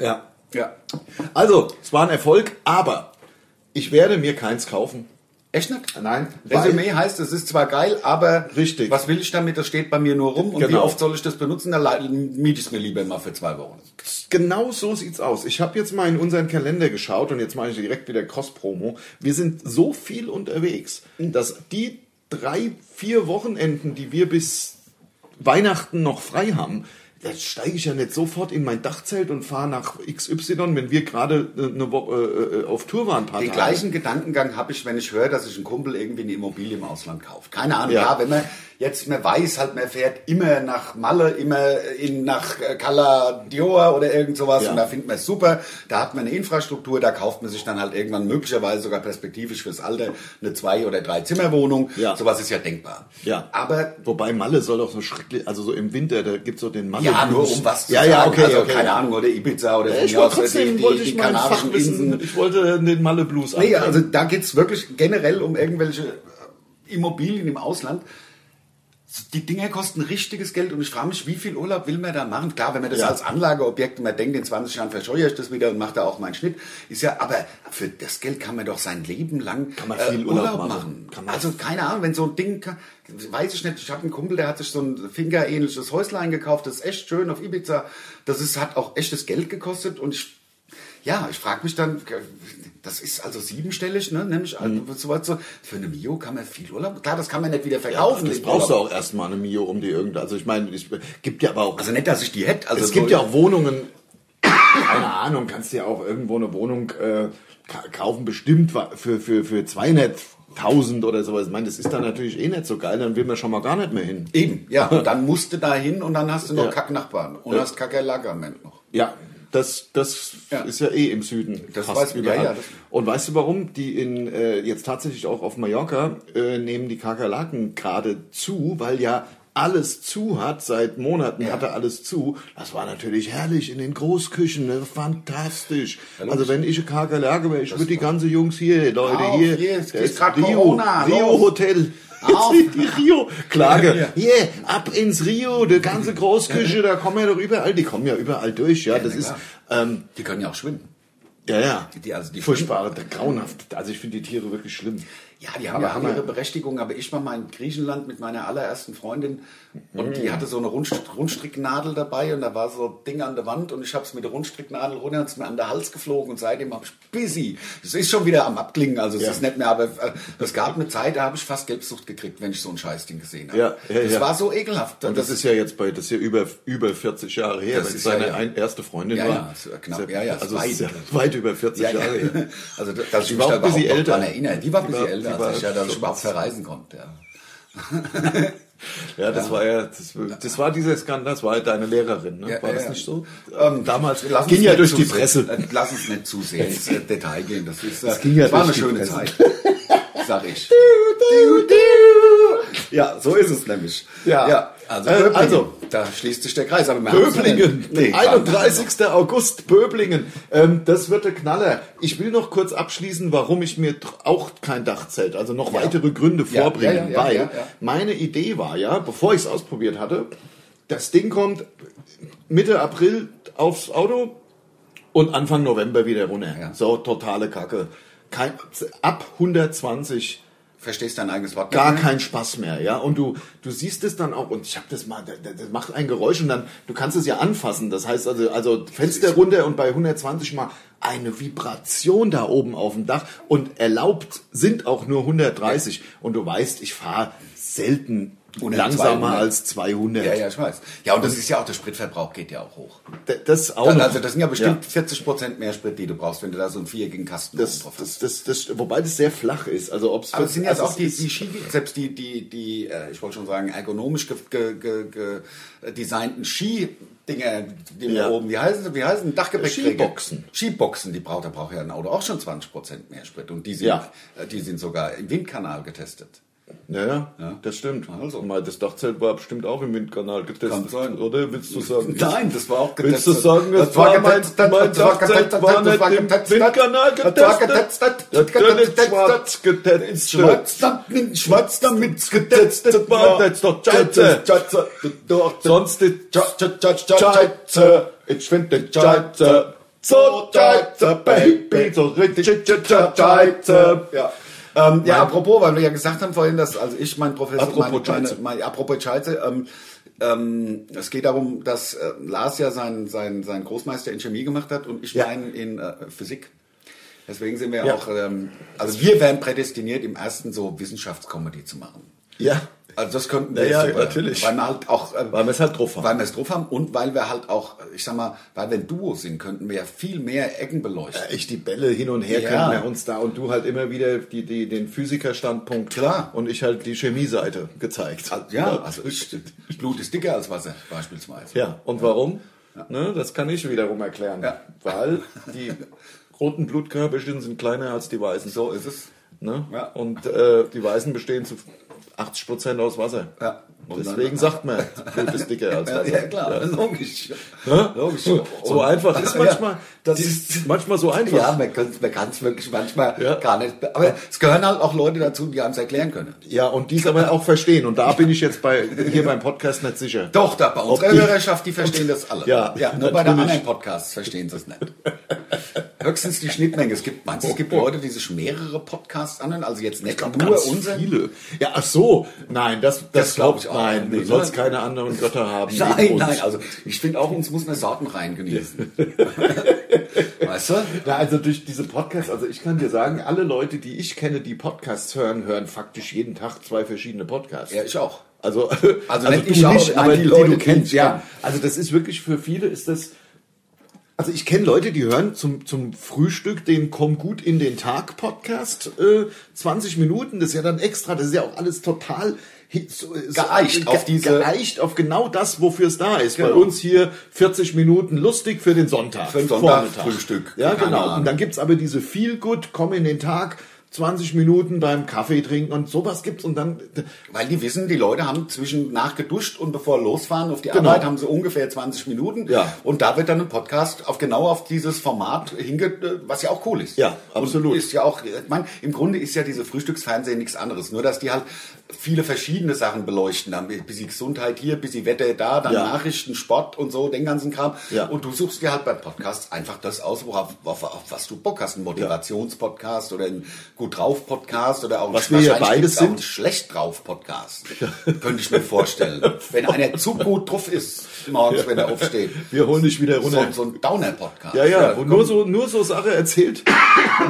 S2: Ja.
S3: ja.
S2: Also, es war ein Erfolg, aber ich werde mir keins kaufen.
S3: Echt nicht?
S2: Nein,
S3: Resümee heißt, es ist zwar geil, aber
S2: Richtig.
S3: was will ich damit? Das steht bei mir nur rum und wie
S2: Genau.
S3: oft soll ich das benutzen? Dann le- miete ich es mir lieber mal für zwei Wochen.
S2: Genau so sieht's aus. Ich habe jetzt mal in unseren Kalender geschaut und jetzt mache ich direkt wieder Cross-Promo. Wir sind so viel unterwegs, dass die drei, vier Wochenenden, die wir bis Weihnachten noch frei haben, da steige ich ja nicht sofort in mein Dachzelt und fahre nach XY, wenn wir gerade äh, eine Wo äh, äh, auf Tour waren. ein paar
S3: Den
S2: Tage.
S3: gleichen Gedankengang habe ich, wenn ich höre, dass sich ein Kumpel irgendwie eine Immobilie im Ausland kauft. Keine Ahnung,
S2: Ja.
S3: ja, wenn man jetzt, man weiß halt, man fährt immer nach Malle, immer in, nach äh, Cala Dior oder irgend sowas
S2: Ja.
S3: und da findet man es super. Da hat man eine Infrastruktur, da kauft man sich dann halt irgendwann möglicherweise sogar perspektivisch fürs Alter eine Zwei- oder Drei-Zimmer-Wohnung.
S2: Ja.
S3: Sowas ist ja denkbar.
S2: Ja.
S3: Aber
S2: Wobei Malle soll doch so schrecklich, also so im Winter, da gibt's doch den Malle.
S3: Ja, nur um was zu
S2: Ja,
S3: sagen.
S2: ja, okay,
S3: also,
S2: okay.
S3: keine Ahnung, oder Ibiza oder von
S2: Ich
S3: mir
S2: wollte
S3: aus,
S2: trotzdem,
S3: die-
S2: wollte
S3: die
S2: ich mein
S3: Kanarischen
S2: Fachwissen, ich wollte den Malle Blues
S3: Nee,
S2: anfangen.
S3: also da geht's wirklich generell um irgendwelche äh, Immobilien im Ausland. die Dinger kosten richtiges Geld und ich frage mich, wie viel Urlaub will man da machen? Klar, wenn man das
S2: Ja.
S3: als Anlageobjekt, man denkt, in 20 Jahren verscheue ich das wieder und mache da auch meinen Schnitt, ist ja, aber für das Geld kann man doch sein Leben lang äh,
S2: Kann man viel Urlaub machen. Kann man-
S3: also keine Ahnung, wenn so ein Ding, kann- weiß ich nicht, ich habe einen Kumpel, der hat sich so ein fingerähnliches Häuslein gekauft, das ist echt schön auf Ibiza, das ist, hat auch echtes Geld gekostet und ich ja, ich frage mich dann, äh, das ist also siebenstellig, ne? Nämlich
S2: Mhm.
S3: also sowas so. Für eine Mio kann man viel Urlaub. Klar, das kann man nicht wieder
S2: Ach,
S3: verkaufen.
S2: das
S3: den
S2: brauchst du
S3: Urlaub.
S2: auch erstmal eine Mio, um die irgendein. Also ich meine, es gibt ja aber auch.
S3: Also nicht, dass ich die hätte. Also
S2: es gibt ja auch Wohnungen. Keine Ahnung, kannst dir auch irgendwo eine Wohnung äh, ka- kaufen, bestimmt wa- für, für, für 200.000 oder sowas. Ich meine, das ist dann natürlich eh nicht so geil, dann will man schon mal gar nicht mehr hin.
S3: Eben, ja. Und dann musst du da hin und dann hast du noch
S2: Ja.
S3: Kacknachbarn und
S2: Ja.
S3: hast Kackerlagerment noch.
S2: Ja, das, das
S3: Ja.
S2: ist ja eh im Süden.
S3: Das
S2: fast
S3: weiß- ja,
S2: überall.
S3: ja, das-
S2: Und weißt du warum? Die in äh, jetzt tatsächlich auch auf Mallorca äh, nehmen die Kakerlaken gerade zu, weil ja alles zu hat, seit Monaten hatte alles zu. Das war natürlich herrlich in den Großküchen, ne? fantastisch. Also wenn ich eine Kakerlake wäre, ich würde die ganze Jungs hier, Leute,
S3: Auf,
S2: hier,
S3: hier, es
S2: das
S3: ist grad
S2: Rio,
S3: Corona,
S2: Rio
S3: los.
S2: Hotel.
S3: Auf.
S2: Jetzt die Rio-Klage.
S3: Ja.
S2: Yeah, ab ins Rio, die ganze Großküche, da kommen ja doch überall, die kommen ja überall durch, ja, das
S3: na
S2: ist,
S3: klar.
S2: ähm,
S3: Die können ja auch schwimmen.
S2: ja, ja,
S3: Die- also die-
S2: furchtbare, grauenhaft, also ich finde die Tiere wirklich schlimm.
S3: Ja, die haben
S2: Aber
S3: ja
S2: haben
S3: alle
S2: wir-
S3: ihre Berechtigung, aber ich war mal in Griechenland mit meiner allerersten Freundin und
S2: Mm.
S3: die hatte so eine Rundst Rundstricknadel dabei und da war so ein Ding an der Wand und ich hab's mit der Rundstricknadel runter und es mir an der Hals geflogen und seitdem hab ich busy. Es ist schon wieder am Abklingen, also es
S2: Ja.
S3: ist nicht mehr, aber äh, es gab eine Zeit, da habe ich fast Gelbsucht gekriegt, wenn ich so ein Scheißding gesehen habe.
S2: Ja, ja,
S3: das
S2: ja.
S3: war so ekelhaft.
S2: Und das, ist ja jetzt bei, das ist ja über, über 40 Jahre her,
S3: Das
S2: wenn
S3: ist
S2: seine
S3: ja, ja.
S2: ein, erste Freundin
S3: Ja,
S2: war.
S3: ja, ist ja knapp,
S2: Ist
S3: ja, ja, ist
S2: also weit. Ist ja
S3: weit.
S2: weit über 40
S3: ja, ja.
S2: Jahre her.
S3: Also, dass ich
S2: war
S3: mich da
S2: auch ein bisschen
S3: überhaupt noch
S2: älter.
S3: dran erinnere. Die war ein
S2: Die
S3: bisschen
S2: war- die
S3: älter
S2: war
S3: als ich, ja, dass
S2: schon-
S3: ich überhaupt verreisen konnte. Ja.
S2: Ja, das war ja, das, das war dieser Skandal, das war halt deine Lehrerin, ne?
S3: Ja,
S2: war
S3: ja,
S2: das
S3: ja.
S2: nicht so?
S3: Ähm,
S2: Damals
S3: lass uns
S2: ging ja
S3: nicht
S2: durch
S3: zu
S2: die
S3: sehr-
S2: Presse.
S3: äh, Lass uns nicht zu sehr ins äh, Detail gehen. Das, ist, äh,
S2: Das ging ja
S3: das war eine
S2: durch die
S3: schöne
S2: Presse.
S3: Zeit, sag ich.
S2: Ja, so ist es
S3: Nämlich.
S2: Ja.
S3: also,
S2: Äh,
S3: Böblingen,
S2: also.
S3: da schließt sich der Kreis. Aber wir haben's
S2: Böblingen,
S3: nicht. Nee, warte.
S2: 31. August, Böblingen. Ähm, das wird der Knaller. Ich will noch kurz abschließen, warum ich mir tr- auch kein Dachzelt, also noch weitere Gründe
S3: Ja,
S2: vorbringen,
S3: ja, ja, ja,
S2: weil
S3: ja, ja.
S2: meine Idee war ja, bevor ich es ausprobiert hatte, das Ding kommt Mitte April aufs Auto und Anfang November wieder runter.
S3: Ja.
S2: So, totale Kacke. Kein, ab 120
S3: Verstehst dein eigenes Wort?
S2: gar
S3: nicht mehr?
S2: kein Spaß mehr, ja. Und du, du siehst es dann auch, und ich habe das mal, das- das macht ein Geräusch und dann, du kannst es ja anfassen. Das heißt also, also Fenster runter und bei 120 mal eine Vibration da oben auf dem Dach und erlaubt sind auch nur 130. Und du weißt, ich fahre selten
S3: Unter
S2: langsamer
S3: 200.
S2: als 200.
S3: Ja, ja, ich weiß. Ja, und das ist ja auch, der Spritverbrauch geht ja auch hoch.
S2: D- Das auch.
S3: Dann,
S2: noch.
S3: also das sind ja bestimmt
S2: Ja.
S3: 40 Prozent mehr Sprit, die du brauchst, wenn du da so einen viereckigen Kasten oben
S2: Das,
S3: drauf hast.
S2: das, das, das, wobei das sehr flach ist. Also ob's
S3: Aber es sind jetzt
S2: also
S3: auch die,
S2: ist-
S3: die Ski, selbst die, die, die, äh, ich wollte schon sagen, ergonomisch ge, ge, ge, ge, äh, designten Skidinger, die
S2: Ja.
S3: da oben, wie heißen sie, wie heißen Dachgepäckträger?
S2: Skiboxen.
S3: Skiboxen, die braucht, da braucht ja ein Auto auch schon 20% mehr Sprit. Und die sind,
S2: Ja.
S3: äh, die sind sogar im Windkanal getestet.
S2: Naja, ja. das stimmt.
S3: Also.
S2: Mal, das Dachzelt war bestimmt auch im Windkanal getestet.
S3: Kann sein.
S2: Oder willst du sagen?
S3: Nein, das war auch
S2: Willst
S3: getestet.
S2: du sagen, das,
S3: Das war
S2: war mein,
S3: getestet,
S2: mein
S3: das war
S2: Dachzelt
S3: getestet,
S2: war
S3: das
S2: nicht
S3: war
S2: im
S3: getestet,
S2: Windkanal
S3: das war
S2: getestet?
S3: getestet,
S2: Das
S3: getestet,
S2: schwarz getestet.
S3: Schwarz damit, schwarz damit getestet
S2: war das doch scheiße.
S3: Scheiße. Doch,
S2: Sonst ist
S3: Scheiße.
S2: Scheiße. Ich finde den Scheiße.
S3: Oh,
S2: So Scheiße, Baby. So richtig Scheiße.
S3: Ja. Ähm, ja, apropos, weil wir ja gesagt haben vorhin, dass also ich mein Professor,
S2: Apropos
S3: meine, meine,
S2: Scheiße.
S3: meine, apropos Scheiße, ähm, ähm, es geht darum, dass äh, Lars ja seinen sein, sein Großmeister in Chemie gemacht hat und ich
S2: Ja.
S3: meinen in äh, Physik. Deswegen sind wir
S2: Ja.
S3: auch, ähm, also wir wären prädestiniert, im ersten so Wissenschaftscomedy zu machen.
S2: Ja.
S3: Also das könnten wir
S2: Naja,
S3: jetzt super,
S2: natürlich.
S3: Weil wir halt auch, äh,
S2: Weil wir es halt drauf haben.
S3: Weil wir es drauf haben und weil wir halt auch, ich sag mal, weil wir ein Duo sind, könnten wir ja viel mehr Ecken beleuchten.
S2: Echt die Bälle hin und her
S3: Ja.
S2: können wir uns da und du halt immer wieder die, die, den Physikerstandpunkt
S3: Klar.
S2: und ich halt die Chemieseite gezeigt.
S3: ja, also ich, Blut ist dicker als Wasser beispielsweise.
S2: Ja, und warum? Ne, das kann ich wiederum erklären.
S3: Ja.
S2: Weil die roten Blutkörperchen sind kleiner als die weißen.
S3: So ist es.
S2: Ne?
S3: Ja.
S2: Und äh, die Weißen bestehen zu 80 Prozent aus Wasser.
S3: Ja.
S2: Und Deswegen sagt man, Blut ist dicker als
S3: Ja,
S2: Wasser.
S3: ja klar, logisch.
S2: Ne?
S3: Logisch.
S2: So einfach ist manchmal,
S3: Ja.
S2: das
S3: Die-
S2: ist manchmal so einfach.
S3: Ja, man kann es wirklich manchmal
S2: Ja.
S3: gar nicht. be- Aber es gehören halt auch Leute dazu, die einem es erklären können.
S2: Ja, und dies aber auch verstehen. Und da bin ich jetzt bei hier beim Podcast nicht sicher.
S3: Doch, da bei unserer
S2: die-
S3: Hörerschaft, die verstehen das alle. nur
S2: Ja,
S3: bei den
S2: natürlich.
S3: anderen Podcasts verstehen sie es nicht. Höchstens die Schnittmenge. Es gibt, meinst du, es gibt Leute, die sich mehrere Podcasts anhören? Also jetzt nicht nur unseren.
S2: viele. Ja, ach so. Nein, das, das,
S3: glaub
S2: glaubt
S3: ich auch
S2: nein.
S3: nicht,
S2: Du
S3: ne?
S2: sollst keine anderen Götter haben. neben
S3: Nein,
S2: uns.
S3: nein, also ich finde auch, uns muss man Sorten rein genießen. weißt du?
S2: Na, also durch diese Podcasts, also ich kann dir sagen, alle Leute, die ich kenne, die Podcasts hören, hören faktisch jeden Tag zwei verschiedene Podcasts.
S3: Ja, ich auch.
S2: Also,
S3: Also nicht ich auch, nein, die Leute, die ich
S2: ja.
S3: kenne.
S2: Also das ist wirklich für viele ist das. Also ich kenne Leute, die hören zum, zum Frühstück den Komm gut in den Tag Podcast äh, 20 Minuten. Das ist ja dann extra. Das ist ja auch alles total hi- so- so-
S3: Geeicht
S2: ge-
S3: auf diese-
S2: geeicht auf genau das, wofür es da ist. Bei
S3: Genau.
S2: uns hier 40 Minuten lustig für den Sonntag.
S3: Für den Sonntag, Frühstück.
S2: Ja
S3: Keine
S2: genau.
S3: Ahnung.
S2: Und dann gibt's aber diese Feel Good Komm in den Tag 20 Minuten beim Kaffee trinken und sowas gibt's und dann
S3: Weil die wissen, die Leute haben zwischen nachgeduscht und bevor losfahren auf die
S2: Genau.
S3: Arbeit haben sie ungefähr 20 Minuten.
S2: Ja.
S3: Und da wird dann ein Podcast auf genau auf dieses Format hinge, äh, was ja auch cool ist.
S2: Ja, absolut.
S3: Und ist ja auch, ich meine, im Grunde ist ja diese Frühstücksfernsehen nichts anderes, nur dass die halt viele verschiedene Sachen beleuchten, dann ein bisschen Gesundheit hier, ein bisschen Wetter da, dann
S2: Ja.
S3: Nachrichten, Sport und so, den ganzen Kram.
S2: Ja.
S3: Und du suchst dir halt beim Podcast einfach das aus, worauf, auf, auf was du Bock hast, ein Motivationspodcast oder ein gut drauf Podcast oder auch ein
S2: Was wir ja
S3: wahrscheinlich
S2: beides
S3: gibt's auch
S2: sind.
S3: einen schlecht drauf Podcast. Könnte ich mir vorstellen. Wenn einer zu gut drauf ist, morgens, wenn er aufsteht.
S2: Wir holen dich wieder
S3: So,
S2: runter.
S3: so ein Downer-Podcast.
S2: ja, ja, wo
S3: komm.
S2: nur so, nur so Sache erzählt.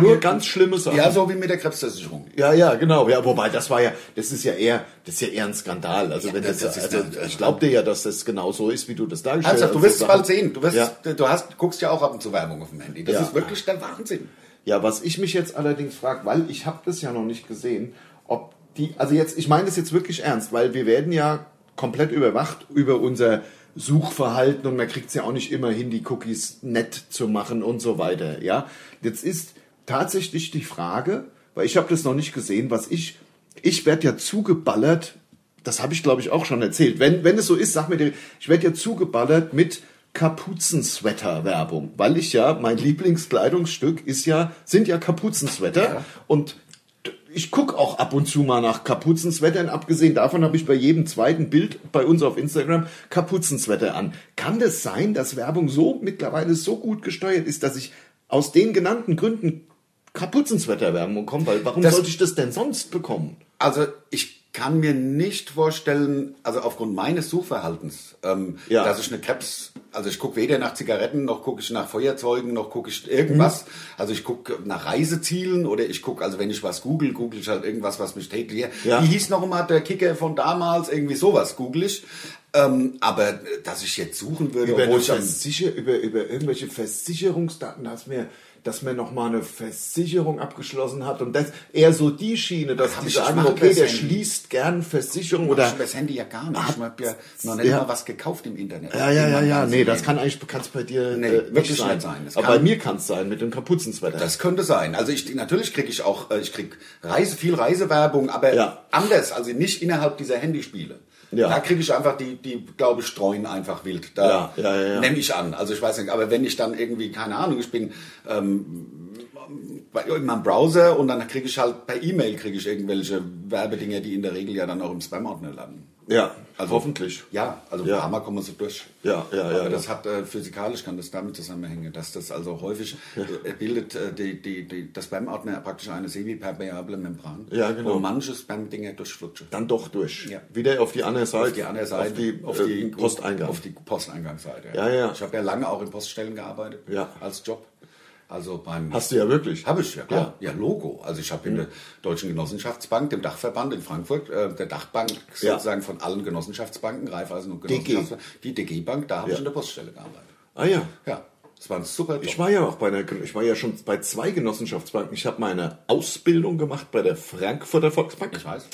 S2: nur ganz schlimme Sachen.
S3: ja,
S2: Ja,
S3: so wie mit der Krebsversicherung.
S2: ja, genau. Ja, wobei, das war ja, das ist ja eher, das ist ja eher ein Skandal. Also, wenn das,
S3: das ist
S2: also,
S3: ja-
S2: ich glaube dir ja, dass das genau so ist, wie du das dargestellt
S3: Ernsthaft, du
S2: hast.
S3: wirst es
S2: So
S3: bald
S2: Sachen.
S3: sehen. Du, wirst,
S2: ja.
S3: du hast, guckst ja auch ab und zu Werbung auf dem Handy. Das
S2: Ja.
S3: ist wirklich der Wahnsinn.
S2: ja, was ich mich jetzt allerdings frage, weil ich habe das ja noch nicht gesehen, ob die, also jetzt, ich meine das jetzt wirklich ernst, weil wir werden ja komplett überwacht über unser Suchverhalten und man kriegt es ja auch nicht immer hin, die Cookies nett zu machen und so weiter. Ja, jetzt ist tatsächlich die Frage, weil ich habe das noch nicht gesehen, was ich, ich werde ja zugeballert das habe ich, glaube ich, auch schon erzählt. Wenn, wenn es so ist, sag mir dir, ich werde ja zugeballert mit Kapuzensweater-Werbung, weil ich ja, mein Lieblingskleidungsstück ist ja, sind ja Kapuzensweater und d- ich gucke auch ab und zu mal nach Kapuzenswettern. Abgesehen davon habe ich bei jedem zweiten Bild bei uns auf Instagram Kapuzenswetter an. Kann das sein, dass Werbung so mittlerweile so gut gesteuert ist, dass ich aus den genannten Gründen Kapuzenswetterwerbung bekomme? Weil warum
S3: Das-
S2: sollte ich das denn sonst bekommen?
S3: Also ich kann mir nicht vorstellen, also aufgrund meines Suchverhaltens, ähm,
S2: Ja.
S3: dass ich eine Krebs, also ich gucke weder nach Zigaretten, noch gucke ich nach Feuerzeugen, noch gucke ich irgendwas.
S2: Mhm.
S3: Also ich gucke nach Reisezielen oder ich gucke, also wenn ich was google, google ich halt irgendwas, was mich täglich...
S2: Ja.
S3: Wie hieß noch immer der Kicker von damals? Irgendwie sowas google ich. Ähm, aber äh, dass ich jetzt suchen würde,
S2: über, eine
S3: obwohl ich am
S2: Versicher über, über irgendwelche Versicherungsdaten, dass mir, dass mir nochmal eine Versicherung abgeschlossen hat und das eher so die Schiene, dass
S3: Hab
S2: die
S3: ich- ich
S2: sagen,
S3: mache
S2: okay,
S3: das
S2: der
S3: ja nie.
S2: schließt gern Versicherung
S3: oder
S2: oder.
S3: ich das Handy ja gar nicht. Ich habe ja noch nicht
S2: Ja.
S3: mal was gekauft im Internet.
S2: Ja, ja, ja, ja,
S3: Ganz
S2: nee,
S3: im
S2: das
S3: Leben.
S2: kann eigentlich, kann es bei dir
S3: Nee,
S2: äh, nicht
S3: wirklich
S2: sein.
S3: nicht sein. Das
S2: Aber
S3: kann-
S2: bei mir kann es sein, mit dem Kapuzenswetter.
S3: Das könnte sein. Also ich natürlich kriege ich auch, äh, ich krieg Reise, viel Reisewerbung, aber
S2: Ja.
S3: anders, also nicht innerhalb dieser Handyspiele.
S2: Ja.
S3: Da kriege ich einfach die, die glaube ich, streuen einfach wild. Da
S2: Ja, ja, ja, ja.
S3: nehme ich an. Also ich weiß nicht, aber wenn ich dann irgendwie, keine Ahnung, ich bin ähm, bei- in meinem Browser und dann kriege ich halt per E-Mail kriege ich irgendwelche Werbedinger, die in der Regel ja dann auch im Spam-Ordner landen.
S2: ja, also hoffentlich.
S3: Ja, also
S2: Ja.
S3: ein paar Mal kommen sie durch.
S2: Ja, ja, ja,
S3: Aber
S2: ja.
S3: das hat äh, physikalisch kann das damit zusammenhängen, dass das also häufig äh, bildet äh, die, die, die, das Spam-Ordner praktisch eine semipermeable Membran.
S2: Ja, genau.
S3: Und manche Spam-Dinger durchflutschen.
S2: Dann doch durch.
S3: Ja.
S2: Wieder auf die andere Seite.
S3: Auf die andere Seite,
S2: Auf die, auf die äh, Posteingang.
S3: Auf die Posteingangsseite.
S2: Ja, ja.
S3: Ich habe ja lange auch in Poststellen gearbeitet
S2: Ja.
S3: als Job. Also beim
S2: Hast du ja wirklich.
S3: habe ich, ja klar. Ja, Logo. Also ich habe in der Deutschen Genossenschaftsbank, dem Dachverband in Frankfurt, äh, der Dachbank
S2: Ja.
S3: sozusagen von allen Genossenschaftsbanken, Raiffeisen und
S2: DG.
S3: Genossenschaftsbank, die DG-Bank, da habe ich in der Poststelle gearbeitet.
S2: Ah ja.
S3: Ja, das war ein super Job.
S2: Ich war ja auch bei einer, ich war ja schon bei zwei Genossenschaftsbanken. Ich habe meine Ausbildung gemacht bei der Frankfurter Volksbank.
S3: Ich weiß.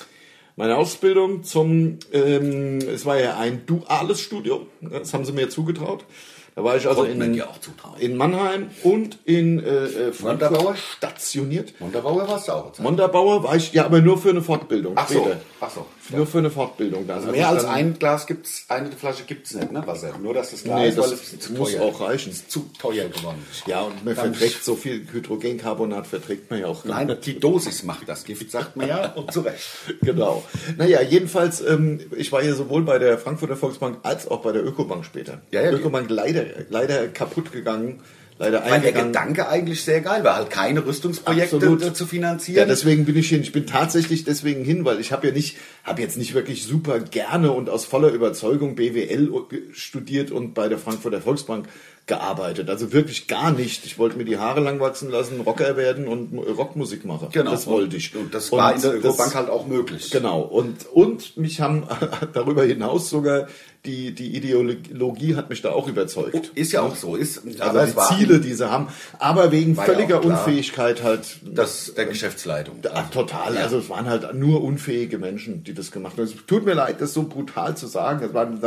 S2: Meine ne? Ausbildung zum, ähm, es war ja ein duales Studium, das haben sie mir zugetraut. Da war ich also
S3: Konnte man
S2: in,
S3: dir auch zutrauen.
S2: in Mannheim und in äh, äh, Frankfurter
S3: Montabaur?
S2: stationiert.
S3: Wunderbauer warst du auch.
S2: Montabaur war ich, ja, aber nur für eine Fortbildung.
S3: Ach so,
S2: später.
S3: ach so.
S2: Nur für eine Fortbildung dann. Also
S3: Mehr als
S2: dann-
S3: ein Glas gibt's, eine Flasche gibt's nicht, ne? Wasser. Nur dass das Glas
S2: Nee,
S3: ist, weil es
S2: das
S3: ist zu
S2: muss
S3: teuer.
S2: auch reichen.
S3: Ist zu teuer geworden.
S2: Ja, und man
S3: Dann-
S2: verträgt so viel Hydrogencarbonat, verträgt man ja auch. gar
S3: Nein, die Dosis macht das Gift, sagt man ja, und zu Recht.
S2: Genau. Naja, jedenfalls, ähm, ich war hier sowohl bei der Frankfurter Volksbank als auch bei der Ökobank später.
S3: Ja, ja,
S2: Ökobank leider, leider kaputt gegangen, leider
S3: Weil der
S2: eingegangen.
S3: Gedanke eigentlich sehr geil war, halt keine Rüstungsprojekte
S2: Absolut.
S3: zu
S2: Ja,
S3: finanzieren.
S2: deswegen bin ich hin. Ich bin tatsächlich deswegen hin, weil ich habe ja nicht, habe jetzt nicht wirklich super gerne und aus voller Überzeugung BWL studiert und bei der Frankfurter Volksbank gearbeitet. Also wirklich gar nicht. Ich wollte mir die Haare lang wachsen lassen, Rocker werden und Rockmusik machen. Das wollte ich.
S3: Genau. Und das war in der
S2: Genau. das-
S3: Ökobank halt auch möglich.
S2: Genau. Und, und mich haben darüber hinaus sogar die, die Ideologie hat mich da auch überzeugt.
S3: Ist ja auch so. Ist,
S2: Also
S3: Oh, aber es
S2: die
S3: war
S2: Ziele, die sie haben. Aber wegen
S3: War ja
S2: völliger
S3: auch klar.
S2: Unfähigkeit halt.
S3: das der Geschäftsleitung.
S2: Ah, total. Also es waren halt nur unfähige Menschen, die das gemacht haben. Es tut mir leid, das so brutal zu sagen. Das waren,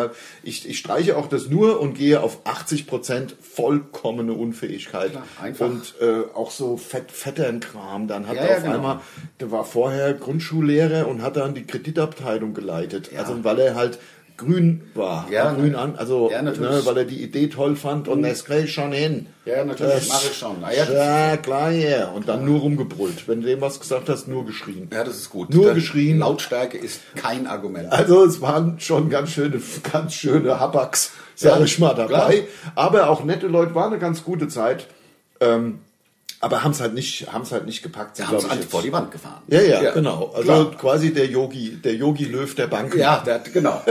S2: ich, ich streiche auch das nur und gehe auf 80 Prozent vollkommene Unfähigkeit.
S3: einfach.
S2: Und äh, auch so fett, Vetternkram. Dann hat
S3: Ja,
S2: er
S3: ja,
S2: auf
S3: genau.
S2: einmal, der war vorher Grundschullehrer und hat dann die Kreditabteilung geleitet. Also weil er halt grün war.
S3: Ja,
S2: grün
S3: na-
S2: an, also
S3: ja, natürlich. Mhm.
S2: ne, weil er die Idee toll fand und das krieg ich schon hin.
S3: Ja, natürlich,
S2: Das-
S3: mach ich schon. Na ja,
S2: ja, klar, ja. Und dann nur rumgebrüllt. Wenn du dem was gesagt hast, nur geschrien.
S3: Ja, das ist gut.
S2: Nur
S3: Dann
S2: geschrien.
S3: Lautstärke ist kein Argument.
S2: Also es waren schon ganz schöne, ganz schöne Habaks, sag
S3: Ja,
S2: ich mal,
S3: klar.
S2: dabei. Aber auch nette Leute, war eine ganz gute Zeit. Ähm, aber haben es halt nicht, haben es halt nicht gepackt.
S3: Wir
S2: sind,
S3: haben es
S2: glaub ich,
S3: halt
S2: jetzt-
S3: vor die Wand gefahren.
S2: ja, ja, genau. Also
S3: klar.
S2: quasi der Yogi, der Yogi Löw der Banken.
S3: Ja, der, hat- genau.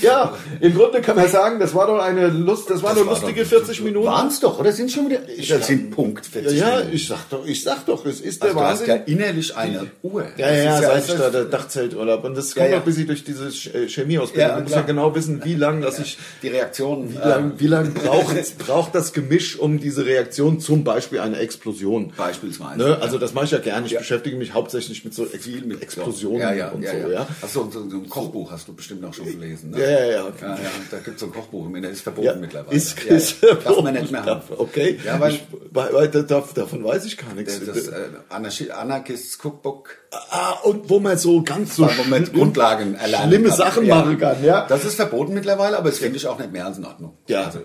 S2: Ja, im Grunde kann man sagen, das war doch eine Lust, das war eine
S3: war
S2: lustige
S3: doch-
S2: 40 Minuten.
S3: Waren es doch, oder? Sind schon wieder. das sind Punkt
S2: Ja,
S3: 40
S2: ja,
S3: Minuten.
S2: ich sag doch, ich sag doch, es ist
S3: Also
S2: der
S3: du hast ja
S2: Wahnsinn.
S3: innerlich eine Uhr.
S2: Ja,
S3: Das ist
S2: ja, seit
S3: also-
S2: ich da der Dachzelturlaub. Und das kommt
S3: Ja, ja.
S2: auch bis ich durch diese Sch- äh, Chemieausbildung.
S3: Ja,
S2: du musst ja
S3: klar.
S2: genau wissen, wie lang, dass ich,
S3: die Reaktion. äh,
S2: wie lang, wie lang braucht, braucht das Gemisch um diese Reaktion, zum Beispiel eine Explosion.
S3: Beispielsweise.
S2: Ne? Also das mache ich ja gerne. Ich beschäftige mich hauptsächlich mit so Ex mit Explosionen
S3: ja, ja,
S2: und
S3: ja,
S2: so,
S3: ja.
S2: ja. Ja,
S3: Achso, und so, so ein Kochbuch hast du bestimmt auch schon gelesen. Ne?
S2: Ja, ja, ja.
S3: ja, da gibt es so ein Kochbuch, im Internet, ist verboten mittlerweile.
S2: Ist,
S3: ja,
S2: ist
S3: ja. Darf man nicht mehr haben.
S2: Okay.
S3: Ja, weil-
S2: ich, weil, weil, da- da- davon weiß ich gar nichts.
S3: Das, das äh, Anarchi- Anarchists Cookbook.
S2: ah, und wo man so ganz so
S3: wo man
S2: schlimm-
S3: Grundlagen erlernen
S2: schlimme
S3: kann.
S2: Sachen machen kann, ja.
S3: Das ist verboten mittlerweile, aber das finde ich auch nicht mehr als in Ordnung.
S2: Ja.
S3: Also,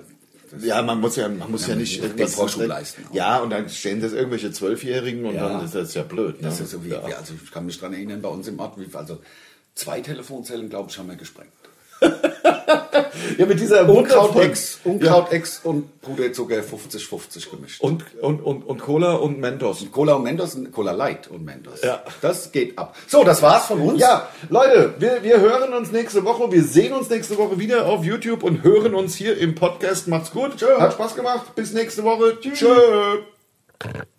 S2: ja, man muss ja, man muss ja,
S3: man
S2: nicht
S3: muss den
S2: irgendwas
S3: Vorschub leisten auch.
S2: Ja, und dann stehen das irgendwelche Zwölfjährigen und
S3: Ja.
S2: dann ist das ja blöd. Ne?
S3: das ist so wie,
S2: ja.
S3: wie- also ich kann mich dran erinnern, bei uns im Ort, wie, also zwei Telefonzellen, glaube ich, haben wir gesprengt.
S2: ja, mit dieser wundervollen-
S3: Unkraut-Ex Unkraut X und Puderzucker 50-50 gemischt.
S2: und, und, und, und Cola und Mentos.
S3: Cola und Mentos, und Cola Light und Mentos.
S2: Ja.
S3: Das geht ab. So, das war's von uns.
S2: Ja, Leute, wir, wir hören uns nächste Woche. Wir sehen uns nächste Woche wieder auf YouTube und hören uns hier im Podcast. Macht's gut. Hat Spaß gemacht. Bis nächste Woche. Tschüss. Tschö.